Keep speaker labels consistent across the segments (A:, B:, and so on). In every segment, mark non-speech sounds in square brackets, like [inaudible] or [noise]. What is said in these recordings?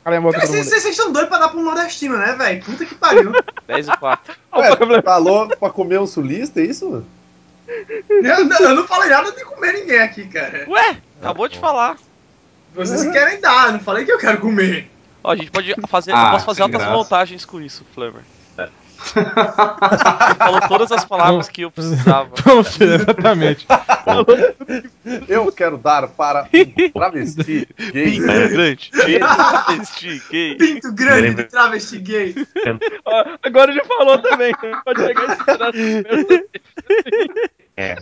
A: é
B: Cala a boca
C: Cara,
B: todo
C: vocês
B: mundo.
C: vocês estão doidos pra dar pra um nordestino, né, velho? Puta que pariu.
A: 10 e 4.
D: Ué, falou pra comer um sulista, é isso? mano?
C: eu, não- eu não falei nada de comer ninguém aqui, cara.
A: Ué, acabou de falar.
C: Vocês querem dar, eu não falei que eu quero comer.
A: Ó, a gente pode fazer. eu
E: Ah,
A: posso fazer
E: sem
A: altas
E: graça.
A: montagens com isso,
E: [laughs]
A: Flamer. Você falou todas as palavras que eu precisava.
B: Vamos, filho, exatamente.
D: Eu quero dar para
A: [laughs]
D: um travesti gay.
A: Pinto grande, gay, travesti, gay.
C: Pinto grande de
F: [laughs]
C: travesti gay.
F: Ó, Ah, Agora ele falou também. né? Pode pegar esse pedaço.
E: É,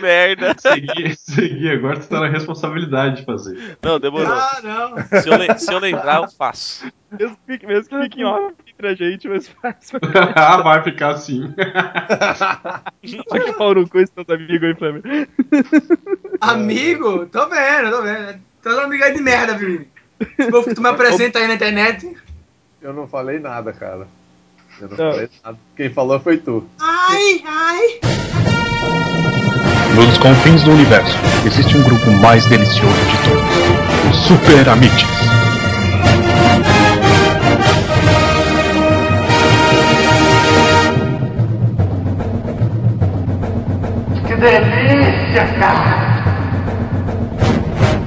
A: Merda.
E: segui, segui, agora tu tá na responsabilidade de fazer.
A: Não, demorou.
C: Ah, não.
A: Se eu, le- se eu lembrar, eu faço.
F: Mesmo que fique- mesmo que fique em off entre a gente, mas faz.
E: ah, vai ficar assim.
F: [laughs] Só que pau no cu esses teus amigos aí, Flamengo.
C: [laughs] Amigo? Tô vendo, tô vendo. Tô dando amigo aí de merda, viu? Esse povo que tu me apresenta aí na internet.
D: Eu não falei nada, cara. Eu não,
A: Ah.
F: Não.
D: falei nada. Quem falou foi tu.
C: Ai, ai.
G: Nos confins do universo, existe um grupo mais delicioso de todos: os Super Amites.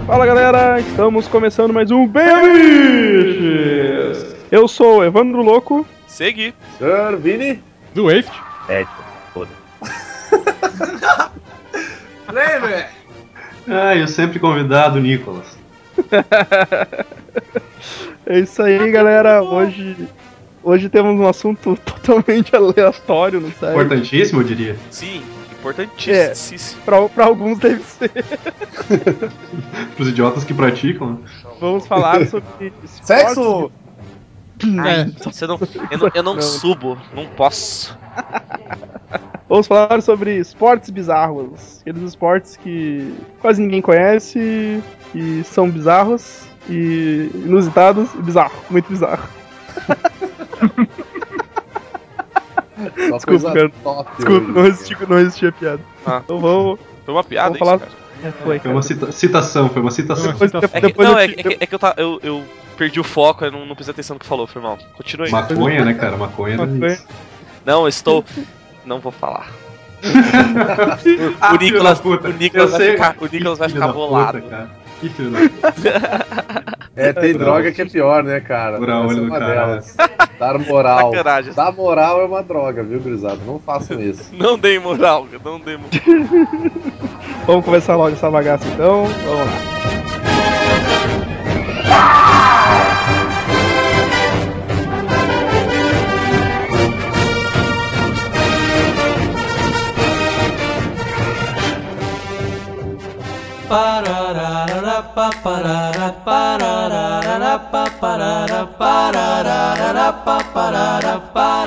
F: Fala galera, estamos começando mais um Bem Amiches! Eu sou o Evandro Louco.
A: Segui.
D: Sir Vini?
B: Do Waif?
C: Lembra?
E: Ah, eu sempre convidado, Nicolas.
F: É isso aí galera, hoje, hoje temos um assunto [laughs] totalmente aleatório, não sei.
E: Importantíssimo, eu diria.
A: Sim, importantíssimo.
F: É, Pra, pra alguns deve ser.
E: Pros idiotas que praticam. né?
F: Vamos falar sobre esportes.
D: Sexo!
A: Ai, você não, eu, não, eu não
F: Não.
A: subo, não posso.
F: Vamos falar sobre esportes bizarros. Aqueles esportes que quase ninguém conhece e são bizarros e inusitados e bizarro, muito bizarro.
D: Uma
F: Desculpa, cara.
D: top.
F: Desculpa,
D: hoje.
F: não resisti, não resisti a piada.
A: Ah.
F: Então vamos.
A: Foi uma piada
F: Vamos falar-
A: isso, cara.
F: É, foi,
E: Foi uma cita- citação, foi uma citação.
B: Foi uma
F: Depois,
B: citação.
A: É que,
F: depois
A: não, é,
F: eu te-
A: que- é que- é que eu, tá, eu, eu perdi o foco, eu não, não prestei atenção no que falou, foi mal. Continue.
E: Maconha, né, cara? Maconha.
F: Maconha.
E: Maconha.
A: Não, eu estou. Não vou falar.
E: [laughs] Ah,
A: o
E: filho
A: Nicolas,
E: da puta.
A: o Nicolas
E: Eu
A: vai
E: sei.
A: ficar, o Nicolas vai
E: Que filho
A: ficar
E: da puta,
A: bolado.
E: cara. Que filho da puta.
D: É, tem
E: Bravo.
D: droga que é pior, né, cara?
E: Moral,
D: Essa é
E: olho do
D: uma
E: cara.
D: delas. Dar moral.
A: Sacanagem.
D: Dar moral é uma droga, viu, gurizada? Não façam isso.
A: Não dei moral, não dei moral.
F: Vamos começar logo essa bagaça então. Vamos lá.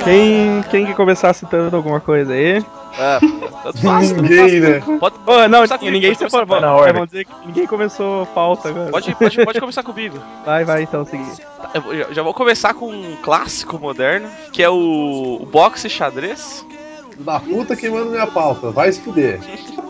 F: Quem, quem quer começar citando alguma coisa aí?
A: [laughs] Ah, tanto faz.
D: Ninguém, né?
A: Pode,
F: Oh, não,
A: Tá,
F: ninguém
A: tá,
F: se
A: tá,
F: formou
A: tá, na
F: É,
A: ordem.
F: Vamos dizer que ninguém começou pauta agora.
A: pode, pode, pode começar comigo.
F: Vai, vai então, seguinte.
A: Tá, eu vou- já- já vou começar com um clássico moderno, que é o, o boxe xadrez.
D: Da puta que manda minha pauta. Vai se fuder.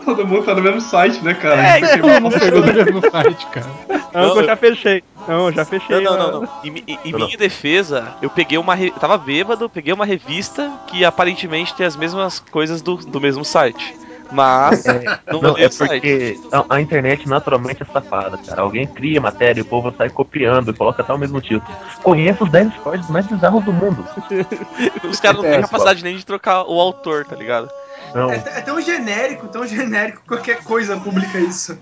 E: Todo mundo tá no mesmo site, né, cara?
A: É, isso
B: Nossa, pegou no mesmo site, cara.
F: Não,
A: Não,
F: que Ah, eu
A: eu-
F: já fechei. Não, eu já fechei.
A: Não, não,
F: né?
A: não, não. Em, mi- em- em minha defesa, eu peguei uma. Re... eu Tava bêbado, peguei uma revista que aparentemente tem as mesmas coisas do, do mesmo site. Mas não,
H: Não,
A: olhei
H: é
A: o site.
H: porque a, a internet naturalmente é safada, cara. Alguém cria matéria e o povo sai copiando e coloca até o mesmo título. Conheço os 10 esportes mais bizarros do mundo.
A: [laughs] Os caras não
D: É,
A: têm capacidade nem de trocar o autor, tá ligado?
H: Não,
C: É, t- é tão genérico, tão genérico qualquer coisa publica isso.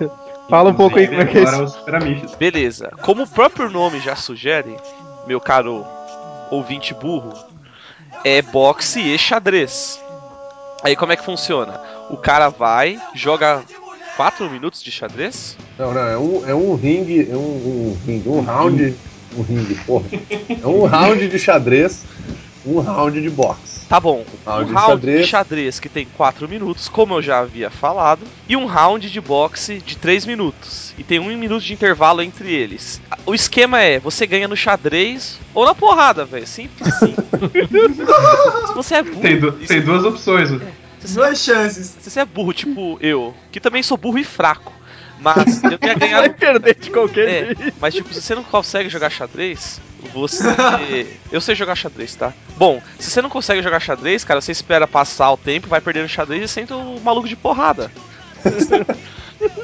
F: [laughs] Fala um pouco aí como é que é
E: Agora
F: isso.
E: os piramides.
A: Beleza. Como o próprio nome já sugere, meu caro ouvinte burro, é boxe e xadrez. Aí como é que funciona? O cara vai, joga 4 minutos de xadrez?
D: Não, não, é um, é um ringue, é um, um ringue, um round. Um ringue, porra. É um round de xadrez, um round de boxe.
A: Tá bom.
D: Ah,
A: um
D: de
A: round
D: xadrez.
A: de xadrez que tem 4 minutos, como eu já havia falado, e um round de boxe de 3 minutos. E tem 1 minuto de intervalo entre eles. O esquema é, você ganha no xadrez ou na porrada, velho. Simples assim.
F: [laughs]
A: Se você é burro.
E: Tem, du-
A: e se-
E: tem duas opções.
C: Duas chances.
A: se você é burro, tipo eu, que também sou burro e fraco. Mas eu ia ganhar.
F: Vai perder de qualquer
A: É,
F: jeito.
A: mas tipo, se você não consegue jogar xadrez,
C: [laughs]
A: você. Eu sei jogar xadrez, tá? Bom, se você não consegue jogar xadrez, cara, você espera passar o tempo, vai perdendo xadrez e senta o maluco de
C: [laughs]
A: porrada.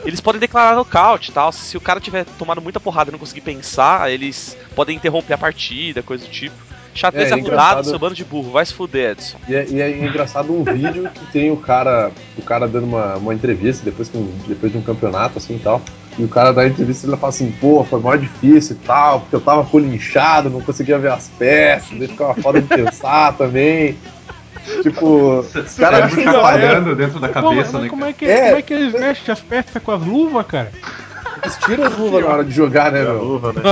A: Eles podem declarar nocaute e tal. Se o cara tiver tomado muita porrada e não conseguir pensar, eles podem interromper a partida, coisa do tipo. Xadrez
D: É,
A: é,
D: é
A: arrumado,
D: engraçado.
A: seu bando de burro, vai se fuder, Edson.
D: E é, e é engraçado um vídeo que tem o cara, o cara dando uma, uma entrevista depois, que um- depois de um campeonato assim e tal. E o cara dá a entrevista e ele fala assim, pô, foi mó difícil e tal, porque eu tava colinchado, não conseguia ver as peças, daí ficava foda de pensar também. Tipo, os caras acham
E: cérebro
D: foda,
E: chacoalhando tá dentro da
B: Pô, mas
E: cabeça, né?
B: como,
E: cara?
B: é que,
D: É.
B: como é que eles mexem as peças com as luvas, cara?
D: eles tiram as luvas na hora de jogar, né,
H: a
D: meu?
H: luva, né?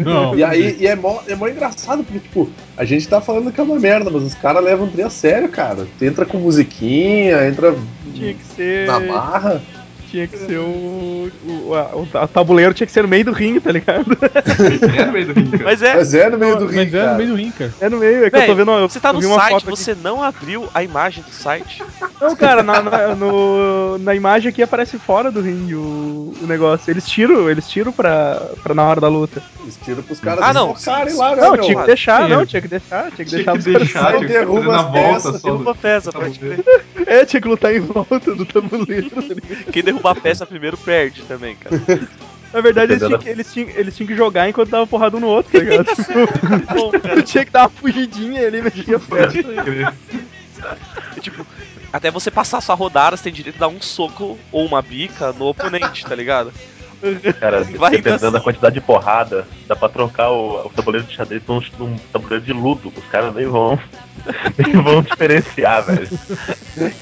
B: [laughs] Não.
D: E aí e é, mó, é mó engraçado, porque, tipo, a gente tá falando que é uma merda, mas os caras levam trem a sério, cara. Entra com musiquinha, entra
F: Tinha que
B: É.
F: ser.
D: na marra.
F: Tinha que ser o. O, a- o ta- o tabuleiro tinha que ser no meio do ringue, tá ligado?
E: É no meio do ringue, cara.
A: Mas é,
D: Mas é no meio do ringue,
B: Mas é
D: cara.
B: no meio do rim, cara.
F: É no meio, é que eu tô
A: Véi,
F: vendo. eu
A: você tá no
F: vi uma
A: site,
F: foto aqui.
A: você não abriu a imagem do site.
F: Não, cara, na, na, no- na imagem aqui aparece fora do ringue o, o negócio. Eles tiram, eles tiram pra, pra na hora da luta.
D: Eles tiram pros caras
A: Ah, não.
D: desfocarem lá, né,
F: Não,
D: meu?
F: tinha que deixar,
B: Sim.
F: não, tinha que deixar, Ah, tinha que
E: Tinha
F: deixar
E: que
F: os caras.
D: Aí
E: deixar, tinha que fazer
D: derruba
E: na
D: as
E: volta
D: peças,
E: só. Tá
A: Derruba a peça, pode crer.
F: É, tinha que lutar em volta do tabuleiro. tá ligado?
A: Quem derrubar a peça primeiro perde também, cara.
E: [laughs]
F: Na verdade, eles
H: Entendeu?
F: tinham, que, eles, tinham, eles tinham que jogar enquanto dava porrada um no outro,
B: [laughs]
F: tá ligado?
A: Bom,
F: Tu
A: cara,
F: tinha que dar uma fugidinha ali, mexia a perna.
E: Pode crer.
A: É tipo, até você passar sua rodada, você tem direito a dar um soco ou uma bica no oponente, tá ligado?
H: Cara,
A: [laughs] Vai
H: dependendo
A: dançar.
H: da quantidade de porrada, dá pra trocar o, o tabuleiro de xadrez por um, um tabuleiro de ludo. Os caras nem vão. [laughs] nem vão diferenciar, velho.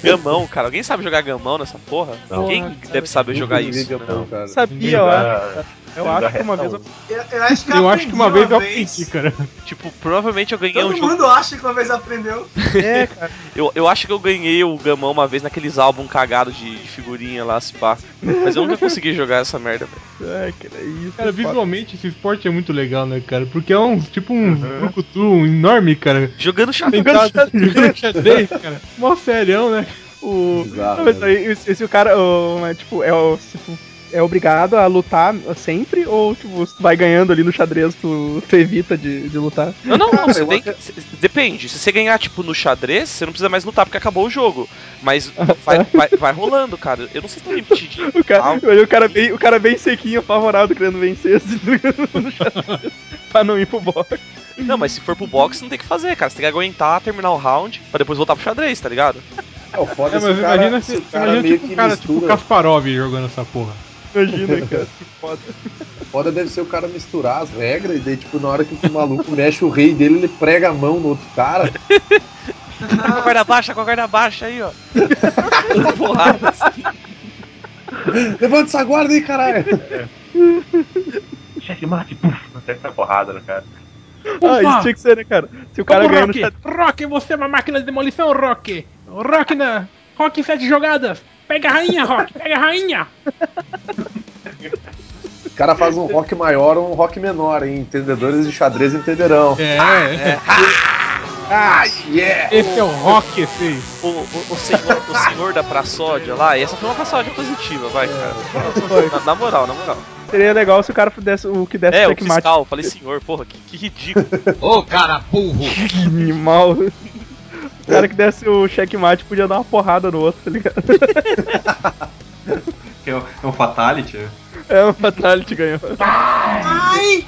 A: Gamão, cara. Alguém sabe jogar gamão nessa porra?
H: Não.
A: Quem
B: Porra, cara.
A: deve saber jogar
D: Nunca
A: isso? né?
D: liga,
H: não.
D: pô, cara.
F: Sabia, eu acho. Eu acho que uma vez eu
C: Eu, eu acho que
B: Eu acho que uma vez eu
C: aprendi,
B: aprendi, cara.
A: Tipo, provavelmente eu ganhei um
C: Todo
A: jogo.
C: mundo acha que uma
F: [laughs]
C: vez aprendeu.
A: [laughs]
F: É, cara.
A: Eu, eu acho que eu ganhei o gamão uma vez naqueles álbum cagados de, de figurinha lá, se pá. Mas eu nunca consegui jogar essa merda, velho.
F: Ai, cara, isso.
B: Cara,
F: é foda.
B: visualmente esse esporte é muito legal, né, cara? Porque é um tipo um brucutu enorme, cara.
A: Jogando xadrez.
B: Tentado
F: [laughs]
B: jogando xadrez, cara. Mó serião, né?
F: O...
D: Bizarro,
F: Não, mas
D: né?
F: aí, se, se o cara, o, é, tipo, é, o- se tu é obrigado a lutar sempre? Ou, tipo, se tu vai ganhando ali no xadrez, tu, tu evita de, de lutar?
A: Não, não, não,
D: Cara,
A: você
D: eu
A: tem que. cê- Depende. Se você ganhar, tipo, no xadrez, você não precisa mais lutar porque acabou o jogo. Mas vai, vai, vai rolando, cara. Eu não sei se tem limite de.
F: O cara,
A: Ah,
F: olha, o, cara bem, o cara bem sequinho, apavorado, querendo vencer, assim, [laughs] no xadrez, pra não ir pro box.
A: Não, mas se for pro boxe, não tem o que fazer, cara. Você tem que aguentar terminar o round pra depois voltar pro xadrez, tá ligado?
D: É, o foda
B: É,
D: é,
B: mas
D: esse cara,
B: imagina,
D: esse
B: se,
D: cara
B: imagina
D: meio
B: tipo
D: que
B: um cara tipo
D: mistura.
B: Kasparov jogando essa porra.
D: [laughs]
F: Imagina, cara, que foda.
D: O foda deve ser o cara misturar as regras e daí, tipo, na hora que o maluco [laughs] mexe o rei dele, ele prega a mão no outro cara.
A: Com a guarda baixa, com a guarda baixa [laughs] aí, ó. Porrada.
D: [laughs] Levanta essa guarda aí, caralho!
H: Checkmate, puf, acerta a é porrada no cara.
F: Ah, isso tinha que ser, né, cara? Se o cara
B: Vamos,
F: ganha no
B: Rock!
F: xadrez.
B: Rock, você é uma máquina de demolição, Rock! Rock na. Rock em sete jogadas! Pega a rainha, Rock! Pega a rainha!
D: O cara faz um rock maior ou um rock menor, hein? Entendedores de xadrez entenderão.
B: É,
D: Ah, yeah!
B: esse é o Rock, esse.
A: O, o, o senhor, o senhor da praçódia lá, e essa foi uma praçódia positiva,
F: É,
A: vai, cara. Na, na moral, na moral.
F: Seria legal se o cara pudesse, o que desse
A: É, o
F: checkmate.
A: fiscal, eu falei, senhor, porra, que, que
E: [laughs]
A: ridículo.
F: Que [laughs] animal. O cara que desse o checkmate podia dar uma porrada no outro,
D: [laughs]
F: tá ligado?
E: Que É um é um fatality.
D: né?
E: é.
F: É, o Fatality ganhou.
A: Ah,
C: Ai,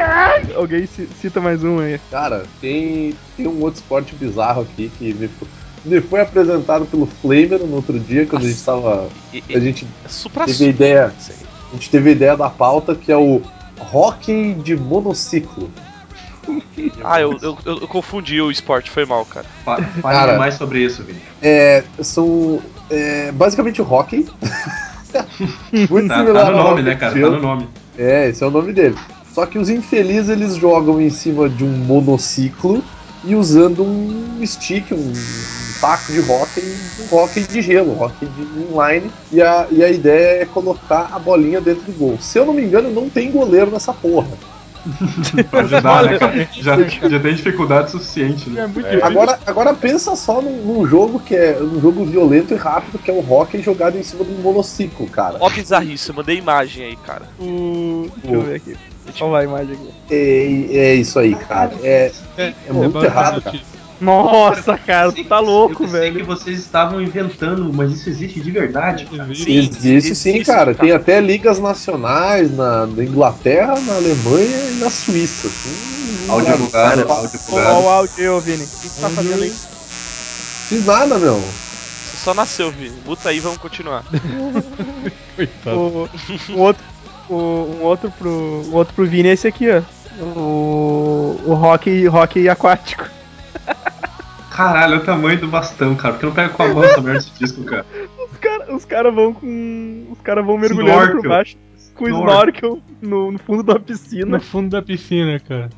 C: ai.
F: Alguém ci- cita mais um aí.
D: Cara, tem, tem um outro esporte bizarro aqui que me, fo- me foi apresentado pelo Flamer no outro dia, quando a gente tava.
A: E,
D: A
A: e,
D: gente
A: é supra
D: teve a ideia. A gente teve a ideia da pauta que é o hockey de monociclo.
A: Ah, eu, eu, eu- eu confundi o esporte, foi mal, cara.
E: Fa-
D: Cara.
E: Fale mais sobre isso, Vini.
D: É, são é, basicamente hockey. [laughs] Muito
E: Tá,
D: similar
E: tá
D: ao
E: no nome,
D: hockey
E: né, cara? Tá
D: field.
E: no nome.
D: É, esse é o nome dele. Só que os infelizes eles jogam em cima de um monociclo e usando um stick, um taco de hockey, um hockey de gelo, um hockey de inline. E a, e a ideia é colocar a bolinha dentro do gol. Se eu não me engano, não tem goleiro nessa porra.
E: [laughs] Pra ajudar, né, cara? Já, já tem dificuldade suficiente, né?
I: É muito difícil.
D: Agora, agora pensa só num, num jogo que é um jogo violento e rápido, que é o hockey jogado em cima de um monociclo, cara.
A: Ó, bizarrice, eu mandei imagem aí, cara.
F: O... Deixa eu ver aqui. Deixa eu ver a imagem aqui.
D: É, é isso aí, cara. É, é muito
I: bom,
D: errado,
I: cara.
D: cara.
F: Nossa, cara, tu tá louco,
E: eu pensei
F: velho.
E: que vocês estavam inventando, mas isso existe de verdade. cara.
D: existe sim,
A: existe,
D: cara. Tem até ligas nacionais na, na Inglaterra, na Alemanha e na Suíça. Assim,
E: Áudio
D: cara,
E: bugado,
D: não
E: áudio
F: Ó,
E: bugado.
F: o áudio aí, ô Vini. O que tu tá fazendo aí?
D: Fiz nada, meu.
A: Você só
E: [laughs]
A: nasceu, Vini. Muta aí, vamos continuar.
F: O, um outro, o, um outro pro, um outro pro Vini é esse aqui, ó. O, o hockey, hockey aquático.
E: Caralho, olha o tamanho do bastão, cara. Porque eu não pego com a mão essa merda desse disco, cara.
F: Os caras os cara vão com. Os caras vão mergulhando
E: Snorkel.
F: por baixo com o
E: Snorkel.
F: snorkel no, no fundo da
I: No
F: piscina,
I: fundo da piscina, cara.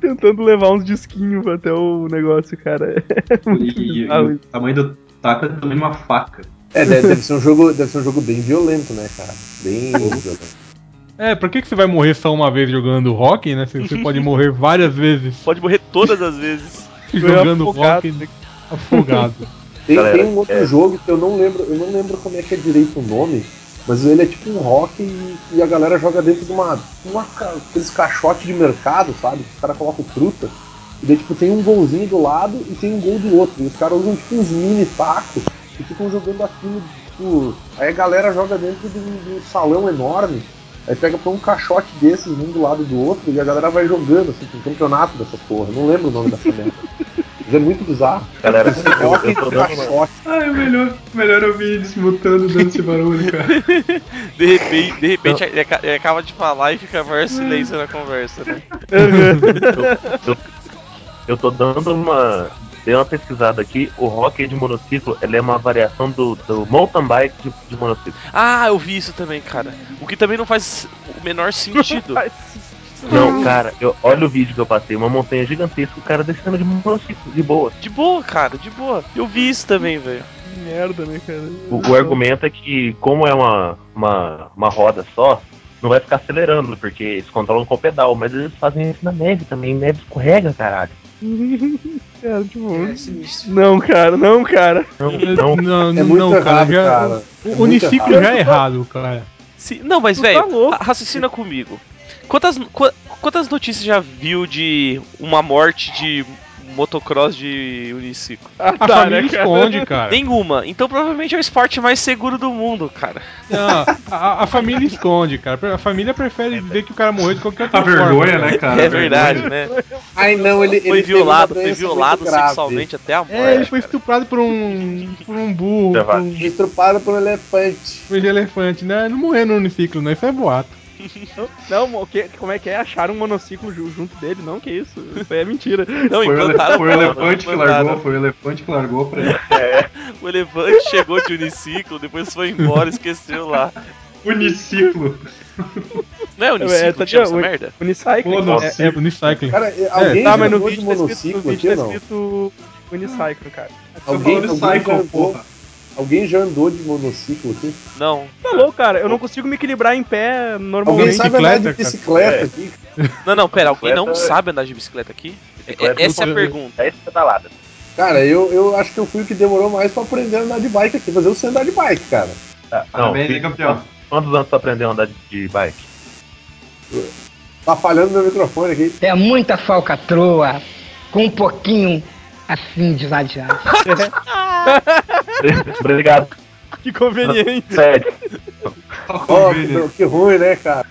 F: tentando levar uns disquinhos até o negócio, cara.
E: E,
F: [laughs]
E: e
F: bizarro
E: o tamanho do taco é do tamanho de uma faca.
D: É, deve, deve ser um jogo, deve ser um jogo bem violento, né, cara? Bem violento.
I: É, por que, que você vai morrer só uma vez jogando rock, né? Você,
A: [laughs]
I: você pode morrer várias vezes
A: Pode morrer todas as vezes.
I: [laughs] jogando
F: afogado.
I: rock
A: [laughs]
I: afogado.
D: Tem,
J: Galera,
D: tem um outro
J: é.
D: jogo que eu não lembro, eu não lembro como é que é direito o nome, mas ele é tipo um rock e, e a galera joga dentro de uma, uma ca- aqueles caixotes de mercado, sabe? Que os caras colocam fruta. E daí tipo tem um golzinho do lado e tem um gol do outro. E os caras usam tipo uns mini tacos e ficam jogando aquilo, tipo. Aí a galera joga dentro de um, de um salão enorme. Aí pega põe um caixote desses, um do lado do outro, e a galera vai jogando, assim, tem um campeonato dessa porra. Eu Não lembro o nome dessa
J: [laughs]
D: merda. Mas é muito bizarro. é
J: Galera, eu,
D: Rock
J: eu tô dando uma-
D: caixote.
E: Ai, melhor, melhor eu me desmutando dando esse barulho, cara.
A: De repente, de repente ele aca- ele acaba de falar e fica maior silêncio na conversa, né?
J: eu tô dando uma. Dei uma pesquisada aqui, o hockey de monociclo ele é uma variação do, do mountain bike de, de monociclo.
A: Ah, eu vi isso também, cara. O que também não faz o menor sentido.
J: Não, cara, eu, olha o vídeo que eu passei, uma montanha gigantesca, o cara descendo de monociclo, de boa.
A: De boa, cara, de boa. Eu vi isso também, velho.
F: [laughs] Que merda, né, cara?
J: O, o argumento é que, como é uma, uma, uma roda só, não vai ficar acelerando, porque eles controlam com o pedal, mas eles fazem isso na neve também, neve escorrega, caralho.
F: Cara, tipo,
H: É sinistro.
F: Não, cara, não, cara.
J: Não,
I: Não,
J: não.
I: não,
D: É muito
I: não,
D: errado,
I: cara. Já,
D: cara.
I: O
D: É muito
I: uniciclo
D: errado.
I: já é errado, cara.
A: Se- Não, mas,
F: Tu tá
A: velho,
F: louco.
A: ra- raciocina comigo. Quantas, qu- quantas notícias já viu de uma morte de motocross de uniciclo?
F: Ah,
I: A família esconde, cara.
A: né, Nenhuma. Então provavelmente é o esporte mais seguro do mundo, cara.
I: Não, a, a família esconde, cara. A família prefere dizer que o cara morreu de qualquer outra
E: A
I: forma.
E: vergonha,
I: cara.
E: né, cara?
A: é
E: A vergonha.
A: verdade, né?
D: Ai, não, Então, ele, ele
A: Foi
D: teve uma
A: violado, foi
D: doença
A: violado
D: muito grave.
A: sexualmente até a morte.
I: É, ele foi
A: cara.
I: estuprado por um. por um burro,
J: Tá
B: Então
I: por
J: vai.
I: um,
D: Estrupado por um elefante.
I: por um elefante, né? Não morreu no uniciclo, né? Isso é boato.
F: [laughs] Não, o que, como é que é? Acharam um monociclo ju- junto dele? Não, que isso? Isso aí é mentira.
A: Não,
E: Foi o, ele-
A: implantaram.
E: foi o elefante que
A: implantaram.
E: largou, foi o elefante que largou pra ele.
A: É. O elefante chegou de uniciclo, depois foi embora, esqueceu lá.
E: Uniciclo.
A: Não é uniciclo
F: É,
A: que
F: tá
A: chama
F: de-
A: essa merda?
F: Unicycle.
E: Mono-
F: É,
I: É, unicycling.
D: Cara, é- alguém
F: tá,
D: já
F: mas no
D: andou de
F: vídeo tá escrito,
D: monociclo
F: no
D: aqui
F: vídeo
D: ou
F: tá
D: não?
F: escrito Unicycle, cara.
D: Alguém,
E: Falando
D: alguém, já
E: cycle,
D: andou,
E: porra.
D: alguém já andou de monociclo aqui?
A: Não.
F: Tá louco, cara. Eu não consigo me equilibrar em pé
E: [laughs]
D: Alguém
F: normalmente.
D: sabe andar de
J: cara.
E: É.
D: bicicleta aqui?
A: Não, não, pera, alguém não
J: Bicicleta-
A: sabe andar de bicicleta aqui? É-
J: Bicicleta
A: essa é a
I: não-
A: pergunta.
J: É isso que tá lado.
D: Cara, eu, eu acho que eu fui o que demorou mais pra aprender a andar de bike aqui, mas eu sei andar de bike, cara.
J: Tá, não,
E: Parabéns, hein,
J: filho,
E: campeão.
J: Quantos anos tu aprendeu a andar de, de bike?
D: Tá falhando meu microfone aqui.
K: É muita falcatrua, com um pouquinho assim de vadiagem.
J: Obrigado,
F: Que conveniente.
J: Fred.
E: Qual o
D: Ó,
E: convênio?
D: que, que ruim, né, cara?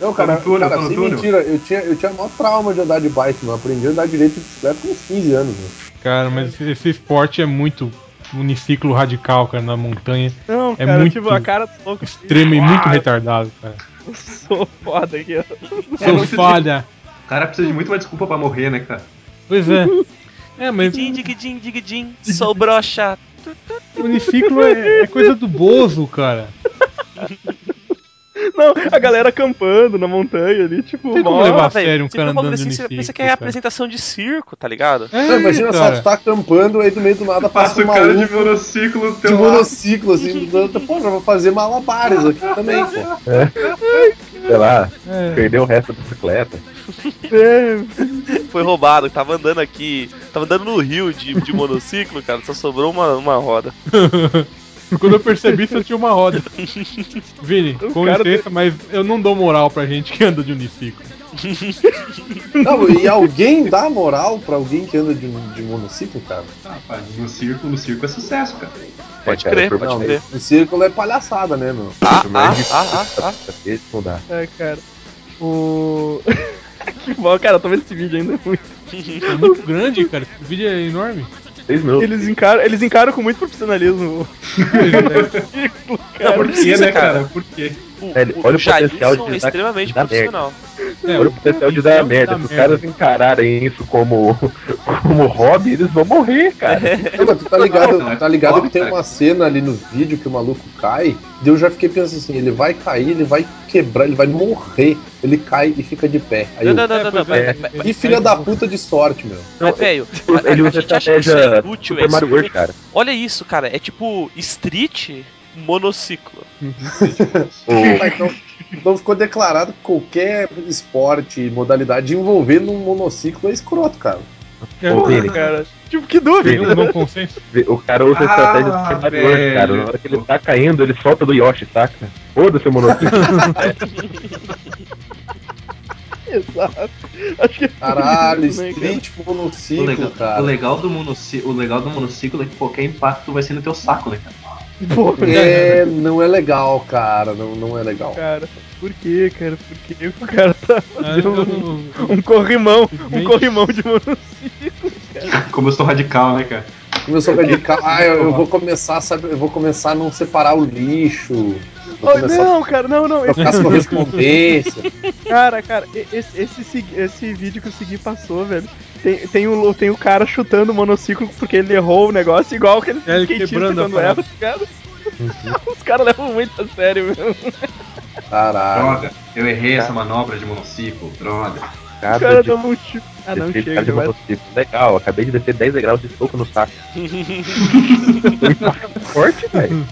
D: Não, cara,
E: Tá no túnel,
D: cara,
E: tá no
D: sem
E: túnel.
D: mentira, eu tinha, eu tinha maior trauma de andar de bike, mano. Aprendi a andar direito de bicicleta com uns 15 anos, mano.
I: Cara, mas esse, esse esporte é muito uniciclo radical, cara, na montanha.
F: Não,
I: É
F: cara,
I: muito
F: tipo, a cara dos loucos.
I: Extremo e muito
F: Ah,
I: retardado, cara.
F: Eu sou foda aqui, ó.
I: Sou foda.
E: É, O cara precisa de muito uma desculpa pra morrer, né, cara?
I: Pois
F: [laughs]
I: é. É, mas
A: Digidim, digidim, digidim, sou broxa.
I: uniciclo é, é coisa do bozo, cara.
F: Não, a galera acampando na montanha ali, tipo,
I: Tem como
F: mó-
I: levar?
A: Ah,
I: a sério um
A: você
I: cara
A: viu uma
I: andando de
A: coisa assim, você pensa
I: uniciclo,
A: que é
I: cara.
A: apresentação de circo, tá ligado?
I: É,
D: Não, imagina só,
I: cara.
D: tu tá acampando, aí do meio do nada passa
E: Passa
D: um
E: o cara de
D: maluco
E: monociclo do
D: de
E: teu
I: [laughs]
E: lado.
D: monociclo, assim, do nada, pô, já vou fazer malabares aqui também, pô.
H: É. sei lá,
F: É.
H: perdeu o resto da bicicleta.
F: É,
A: Foi roubado, tava andando aqui, tava andando no rio de, de monociclo, cara, só sobrou uma, uma roda.
B: [laughs] Quando eu percebi, só tinha uma roda. Vini, com
F: cara
B: licença, mas eu não dou moral pra gente que anda de uniciclo.
D: Não, e alguém dá moral pra alguém que anda de, de monociclo, cara? É,
E: Rapaz, no circo, no circo é sucesso, cara.
A: Pode
H: cara,
A: crer,
H: por
A: pode
D: não,
A: crer.
D: o círculo é palhaçada, né, meu?
A: Ah, ah, ah, ah, ah.
H: Esse não dá.
F: é, cara. O. [laughs] que bom, cara, tô vendo esse vídeo ainda.
B: É muito grande, cara. Esse vídeo é enorme.
H: Seis minutos.
F: Eles encaram, eles encaram com
I: [laughs]
F: muito profissionalismo.
E: Por quê,
A: precisa,
I: É,
E: né,
A: cara.
E: cara? Por quê?
A: O,
H: Velho, olha o potencial de
A: é
H: dar-
A: extremamente
H: de dar
A: profissional.
B: É,
H: Olha o potencial de dar merda. Se os caras encararem isso como, [laughs] como hobby, eles vão morrer,
A: É.
H: cara.
D: Não, mas tu tá ligado,
E: Não, não, é
D: tá ligado
E: óbvio,
D: que tem
E: cara.
D: uma cena ali no vídeo que o maluco cai, e eu já fiquei pensando assim, ele vai cair, ele vai quebrar, ele vai morrer. Ele cai e fica de pé. Aí
A: Não,
D: eu,
A: não, não, não, não,
B: pois
A: mas-
B: é.
A: mas-
D: que filha da puta de sorte, meu.
A: mas, velho, a-
H: Ele
A: a
H: usa
A: gente acha que isso é
H: estratégia
A: inútil, é
H: Super Mario World, cara.
A: Olha isso, cara, é tipo street
D: [laughs]
A: monociclo.
H: O-
D: Mas Então, então ficou declarado que qualquer esporte, modalidade envolvendo um monociclo é escroto, cara.
B: É,
H: Ô, Vini.
F: cara. Tipo, que dúvida.
B: não, não consenso.
H: O cara usa a estratégia do
E: Ah,
H: Super Mario World, cara. Na
E: velho.
H: hora que ele tá caindo, ele solta do Yoshi, saca? Foda-se o
F: [laughs]
H: monociclo.
F: Exato. Acho que é [laughs]
D: Caralho,
F: isso, né, cara?
D: street
E: O
D: monociclo,
E: legal, o
D: cara.
E: legal do monociclo, o legal do monociclo é que qualquer impacto vai ser no teu saco, né, cara?
F: Porra,
D: É, não é legal, cara. Não, não é legal.
F: cara. Por que, cara? Por que o cara tá
B: Ah, eu
F: fazendo um,
B: não-
F: um corrimão? Um
B: Simplesmente-
F: corrimão de monociclo.
E: Como eu sou radical, né, cara?
D: Começou a radical. Ah, eu, eu vou começar, sabe? Eu vou começar a não separar o lixo. Vou
F: Oh,
D: começar
F: não, cara, não, não.
D: a
F: Esse,
D: trocar as correspondências.
F: [laughs] cara, cara, e- esse, esse, segui- esse vídeo que o Segui passou, velho. Tem, tem, o, lo- tem o cara chutando o monociclo porque ele errou o negócio, igual que ele
B: É, ele quebrando a
F: quando
B: parada.
F: erra,
A: tá
F: os caras.
H: Uhum.
F: Os caras levam muito a sério, meu.
D: Caralho.
E: Droga, eu errei essa manobra de monociclo, droga.
F: Os
H: Cara,
F: caras
H: de
F: dão um tipo. Ah, não,
H: descer de
F: chega,
H: cara de
F: já vai.
H: monociclo. Legal, acabei de descer 10 degraus de soco no
F: [laughs]
H: saco. Forte, velho.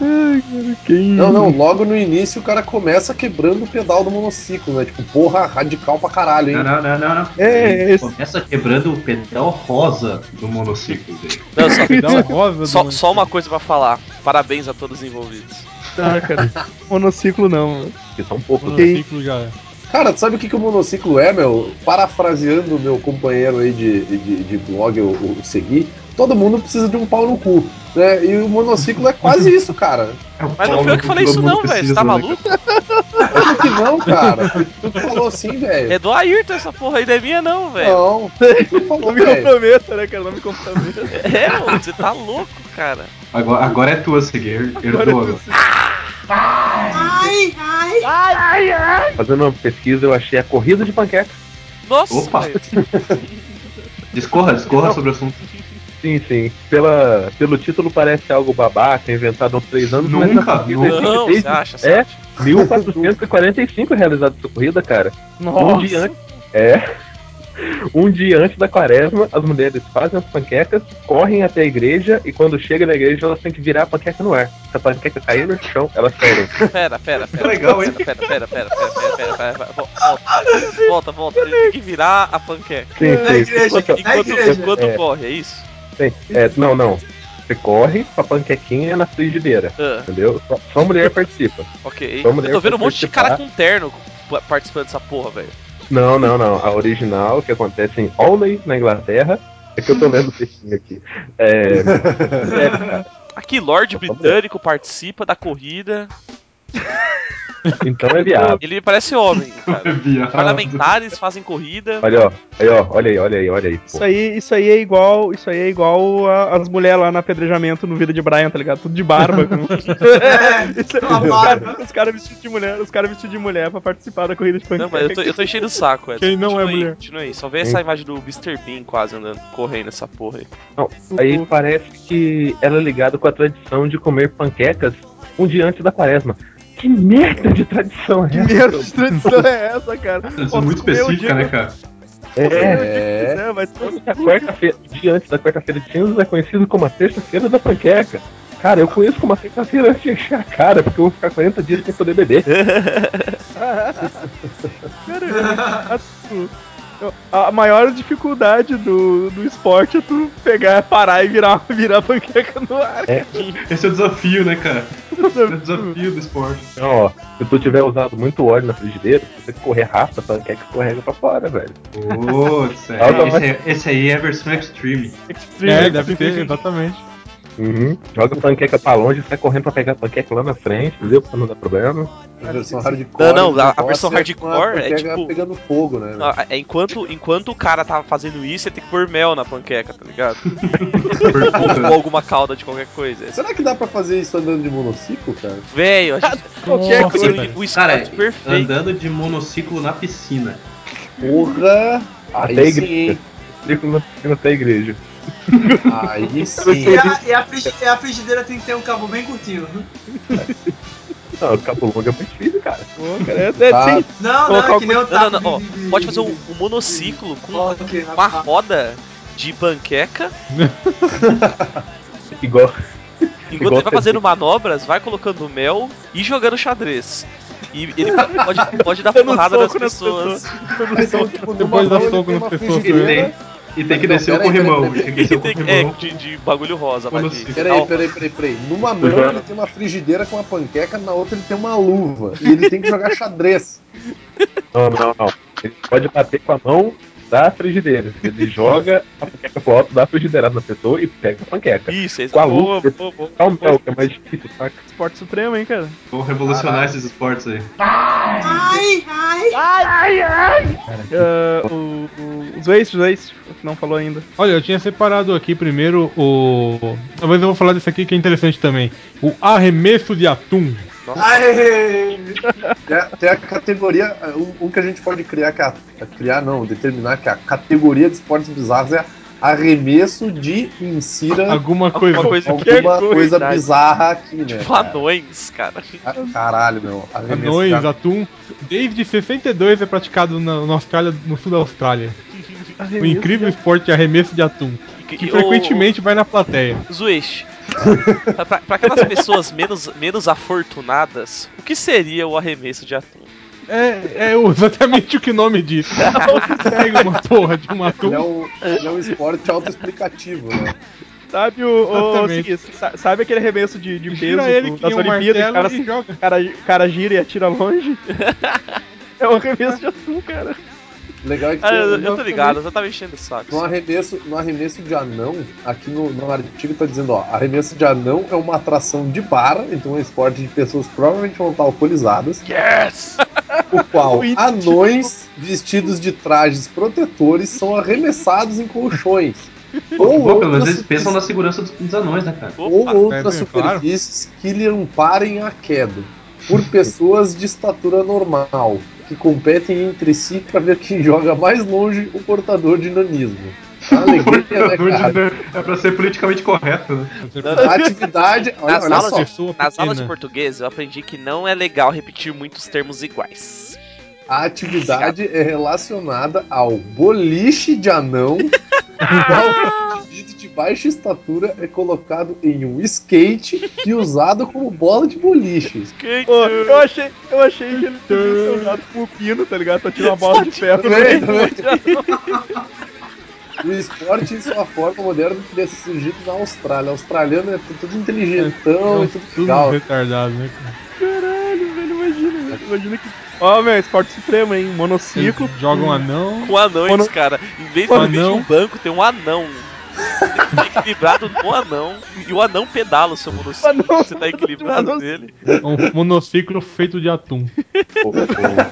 F: Ai, cara, quem.
D: Não, não, logo no início o cara começa quebrando o pedal do monociclo, né? Tipo, porra, radical pra caralho,
E: Não,
D: hein?
E: não, não, não, não.
F: É,
E: Ele
F: esse-
E: Começa quebrando o pedal rosa do monociclo dele.
B: [laughs]
A: Não, só,
B: Pedal rosa um do
A: só,
B: monociclo.
A: só uma coisa pra falar. Parabéns a todos os envolvidos.
F: Não, cara. Monociclo não. mano.
H: Que
D: tá
H: são poucos.
B: monociclo já é.
D: um Cara, tu sabe o que, que o monociclo é, meu? Parafraseando o meu companheiro aí de, de, de blog, o, o Segui, todo mundo precisa de um pau no cu, né? E o monociclo é quase isso, cara.
A: Mas não foi eu que falei isso não, velho. Você tá maluco?
D: Como que não,
A: [laughs]
D: cara? Tu falou assim, velho.
A: É do Ayrton essa porra aí, não é minha não, velho.
D: Não, tu falou,
F: Não me
D: velho.
F: comprometa, né, cara? Não me comprometa.
A: É, mano, você tá louco, cara.
E: Agora, agora é tua, Seguir. Herdou agora.
H: Fazendo uma pesquisa, eu achei a corrida de panqueca.
A: Nossa,
E: Opa.
A: velho.
E: [laughs] Discorra, discorra sobre o assunto.
H: Sim, sim. Pela, pelo título parece algo babaca, inventado há uns três anos. mas
E: Nunca,
H: na corrida
E: nunca.
A: Não,
H: existe
A: você acha, você
H: É, [laughs]
A: acha.
H: 1445 realizado essa corrida, cara. Um dia antes. É. [laughs] Um dia antes da quaresma, as mulheres fazem as panquecas, correm até a igreja e quando chega na igreja elas têm que virar a panqueca no ar. Se a panqueca cair no chão, elas caem.
A: Pera, pera, pera.
E: Legal, hein?
A: pera, pera, pera, pera, pera, pera, pera, pera, pera, volta, volta, volta. Ele tem que virar a panqueca.
H: Sim,
C: Na igreja,
H: Enquanto-
C: na
A: Enquanto,
C: igreja.
A: enquanto
H: É.
A: corre, é isso?
H: sim. É, não, não. Você corre com a panquequinha na frigideira,
A: Ah,
H: entendeu? Só, só
A: [laughs]
H: mulher participa.
A: ok.
H: Vamos
A: Eu tô
H: ler
A: vendo um
H: pra
A: monte de cara com terno pa- participando dessa porra, velho.
H: Não, não, não. A original que acontece em Olney, na Inglaterra. É que eu tô lendo o textinho aqui. É. é, cara.
A: Aqui, Lorde Britânico participa da corrida.
H: Então é viado.
A: Ele parece homem, cara.
E: Viado.
A: Parlamentares fazem corrida.
H: Olha, ó. Aí, ó. Olha aí, olha aí, olha aí.
F: Isso
H: Pô.
F: aí, isso aí é igual, isso aí é igual a- as mulheres lá no apedrejamento no Vida de Brian, tá ligado? Tudo de barba. com- Isso aí,
C: uma
F: os
C: barba.
F: caras cara vestidos de mulher, os caras vestidos de mulher pra participar da corrida de panqueca.
A: Não, mas eu tô, eu tô enchendo o saco, Edson.
B: Quem não
A: Continua
B: é
A: aí,
B: mulher?
A: Continua aí. Só vê essa imagem do Mr. Bean quase andando, correndo essa porra aí. Uhum.
H: Aí parece que ela é ligada com a tradição de comer panquecas um dia antes da quaresma. [laughs] Que merda de tradição é
F: Que
H: essa?
F: merda de tradição é essa, cara?
E: [laughs] Isso é muito específica, né, cara?
H: É, um
D: É,
F: É, mas
A: um
H: a quarta-feira, o dia antes da quarta-feira de cinzas é conhecido como a terça-feira da panqueca. Cara, eu conheço como a sexta-feira antes de encher a cara, porque eu vou ficar 40 dias sem poder beber.
F: Cara, eu acho- eu- [laughs] a maior dificuldade do, do esporte é tu pegar, parar e virar, virar panqueca no ar.
E: [laughs] Esse é o desafio, né, cara? Esse é o desafio do esporte.
H: Então, ó, se tu tiver usado muito óleo na frigideira, se você correr rápido, a panqueca escorrega pra fora, velho.
D: [laughs]
E: Putz, é,
H: Alta
E: esse, aí- esse aí é a versão extreme.
F: Extreme,
D: É,
F: extreme.
I: exatamente.
H: Uhum. Joga a panqueca pra longe, sai correndo pra pegar a panqueca lá na frente, entendeu? Pra não dar problema.
D: A versão hardcore.
A: Não, não, a- a
D: do
A: versão
D: Boss é com a
A: hardcore é
D: panqueca
A: tipo-
D: pegando fogo, né?
A: Ah, é enquanto, enquanto o cara tava fazendo isso, você tem que pôr mel na panqueca, tá ligado? Ou, ou alguma calda de qualquer coisa. assim.
D: Será que dá pra fazer isso andando de monociclo, cara?
A: Velho, a gente
F: Qualquer
I: Nossa,
F: coisa.
I: velho.
A: é o
E: Cara,
A: script perfeito.
E: andando de monociclo na piscina.
D: Porra!
H: Até a
D: Aí sim,
H: igreja.
D: hein?
H: Ciclo na piscina até a igreja.
D: Aí sim.
C: E a, e a frigi- e a frigideira tem que ter um cabo bem curtinho.
H: Não, o cabo longo é muito difícil, cara.
F: Pô, cara, é- é-
D: Ah,
F: tem-
C: Não, não,
F: Colocar
C: é que nem o
A: Não,
C: taco
A: não, não, ó,
C: de- de-
A: pode fazer um,
C: de-
A: um monociclo com
C: Ok,
A: uma
C: rapaz.
A: roda de panqueca.
H: Igual.
A: Enquanto ele vai
H: Igual
A: fazendo manobras, vai colocando mel e jogando xadrez. E ele pode, pode dar
F: [laughs] Dando
A: porrada nas
F: soco nas
A: pessoas.
D: então, tipo,
I: Depois
D: numa
I: dá
D: mão ele
I: soco
D: tem
I: nas
D: uma
I: pessoas, né?
D: frigideira.
E: E tem que
D: Não,
E: descer o
D: peraí,
E: corrimão.
D: peraí,
E: Tem que descer o
A: Tem- é,
E: corrimão.
A: de, de bagulho rosa,
E: Monociclo.
A: Patinho.
D: assim? Peraí, peraí, peraí, peraí. Numa mão
A: Uhum.
D: ele tem uma frigideira com uma panqueca, na outra ele tem uma luva. E ele tem que jogar xadrez.
H: Não, não, não. Ele pode bater com a mão da frigideira. Ele
A: [laughs]
H: joga a panqueca pro alto, dá a frigideirada na pessoa e pega a panqueca.
A: Isso, isso.
H: Com a
A: Boa,
H: luva.
A: boa, boa.
H: Calma, é o que é mais difícil, saca?
F: Esporte supremo, hein, cara?
E: Vamos revolucionar esses esportes aí.
C: Ai, ai.
F: Ah, o- o- os Waste, os Waste, não falou ainda.
I: Olha, eu tinha separado aqui primeiro o. Talvez eu vou falar desse aqui que é interessante também. O arremesso de atum.
C: Ai.
D: Tem a, tem a categoria. Um, um que a gente pode criar, que é a, a criar não, determinar que a categoria de esportes bizarros é arremesso de insira
I: Alguma coisa.
A: Alguma coisa que
D: alguma
F: coisa,
D: coisa
A: verdade.
D: bizarra aqui, né?
A: Tipo
D: cara?
A: anões, cara.
D: Ah, Caralho, meu. Arremesso
I: Anões,
D: de
I: atum. Desde 62 é praticado na, na Austrália, no sul da Austrália. O incrível esporte de arremesso de atum. Que
A: E o-
I: frequentemente vai na
H: [laughs]
I: plateia.
A: Zueix. pra, pra- pra aquelas pessoas menos, menos afortunadas, o que seria o arremesso de atum?
I: É, é exatamente o que o nome diz. Pega uma porra de um atum.
D: Ele é um, ele é um esporte autoexplicativo, né?
F: Sabe o. o, o
I: Exatamente.
F: seguinte, sa- sabe aquele arremesso de, de peso
I: Tira ele
F: do-
I: que
F: das
I: é um
F: Olimpíadas que
I: martelo
F: o cara,
I: e joga.
F: cara, cara gira e atira longe? é um arremesso de atum, cara.
D: O Legal é que
A: Ah,
D: tem-
A: eu, eu tô ligado, eu tava enchendo o saco.
D: No arremesso, no arremesso de anão, aqui no, no artigo tá dizendo, ó, arremesso de anão é uma atração de bar, então é um esporte de pessoas que provavelmente vão estar alcoolizadas,
A: Yes!
D: o qual
F: Muito
D: anões vestidos de trajes protetores são arremessados em colchões. Ou
E: Pô, pelo menos eles
D: outras,
E: pensam na segurança dos, dos anões, né, cara?
D: ou
A: Opa!
D: outras
I: É, claro.
D: superfícies que lhe amparem a queda, por pessoas de estatura normal, que competem entre si para ver quem joga mais longe o portador de nanismo.
E: [laughs]
D: A alegria, né, cara?
E: É pra ser politicamente correto,
D: [laughs]
E: né?
D: A atividade. Olha,
A: Nas
D: olha
A: aulas
D: só.
I: Pessoa
A: Nas aulas de
I: pequena.
A: português eu aprendi que não é legal repetir muitos termos iguais.
D: A atividade é relacionada ao boliche de anão,
E: [laughs]
D: qual indivíduo de baixa estatura é colocado em um skate e usado como bola de boliche.
A: Que
F: Pô, eu achei, eu achei que ele podia ser usado como pino, tá ligado? Pra tirar uma bola de ferro.
D: Também,
F: [laughs]
D: também. O esporte em sua forma moderna teria surgido na Austrália. O australiano é tudo
F: É,
D: inteligentão e tudo é um legal.
I: Tudo retardado, né? cara?
F: Caralho, velho, imagina, imagina que. Ó, meu, esporte supremo, hein?
I: Eles
F: Monociclo.
I: jogam um anão.
A: Com anões,
F: Mano-
A: cara. Em vez
I: Mano-
A: de ter um
I: Anão.
A: banco, tem um anão. Você tá equilibrado no anão. E o anão pedala o seu monociclo.
F: Anão-
A: Você tá equilibrado
F: anão-
A: nele.
I: Um monociclo feito de atum.
H: Ô, ô,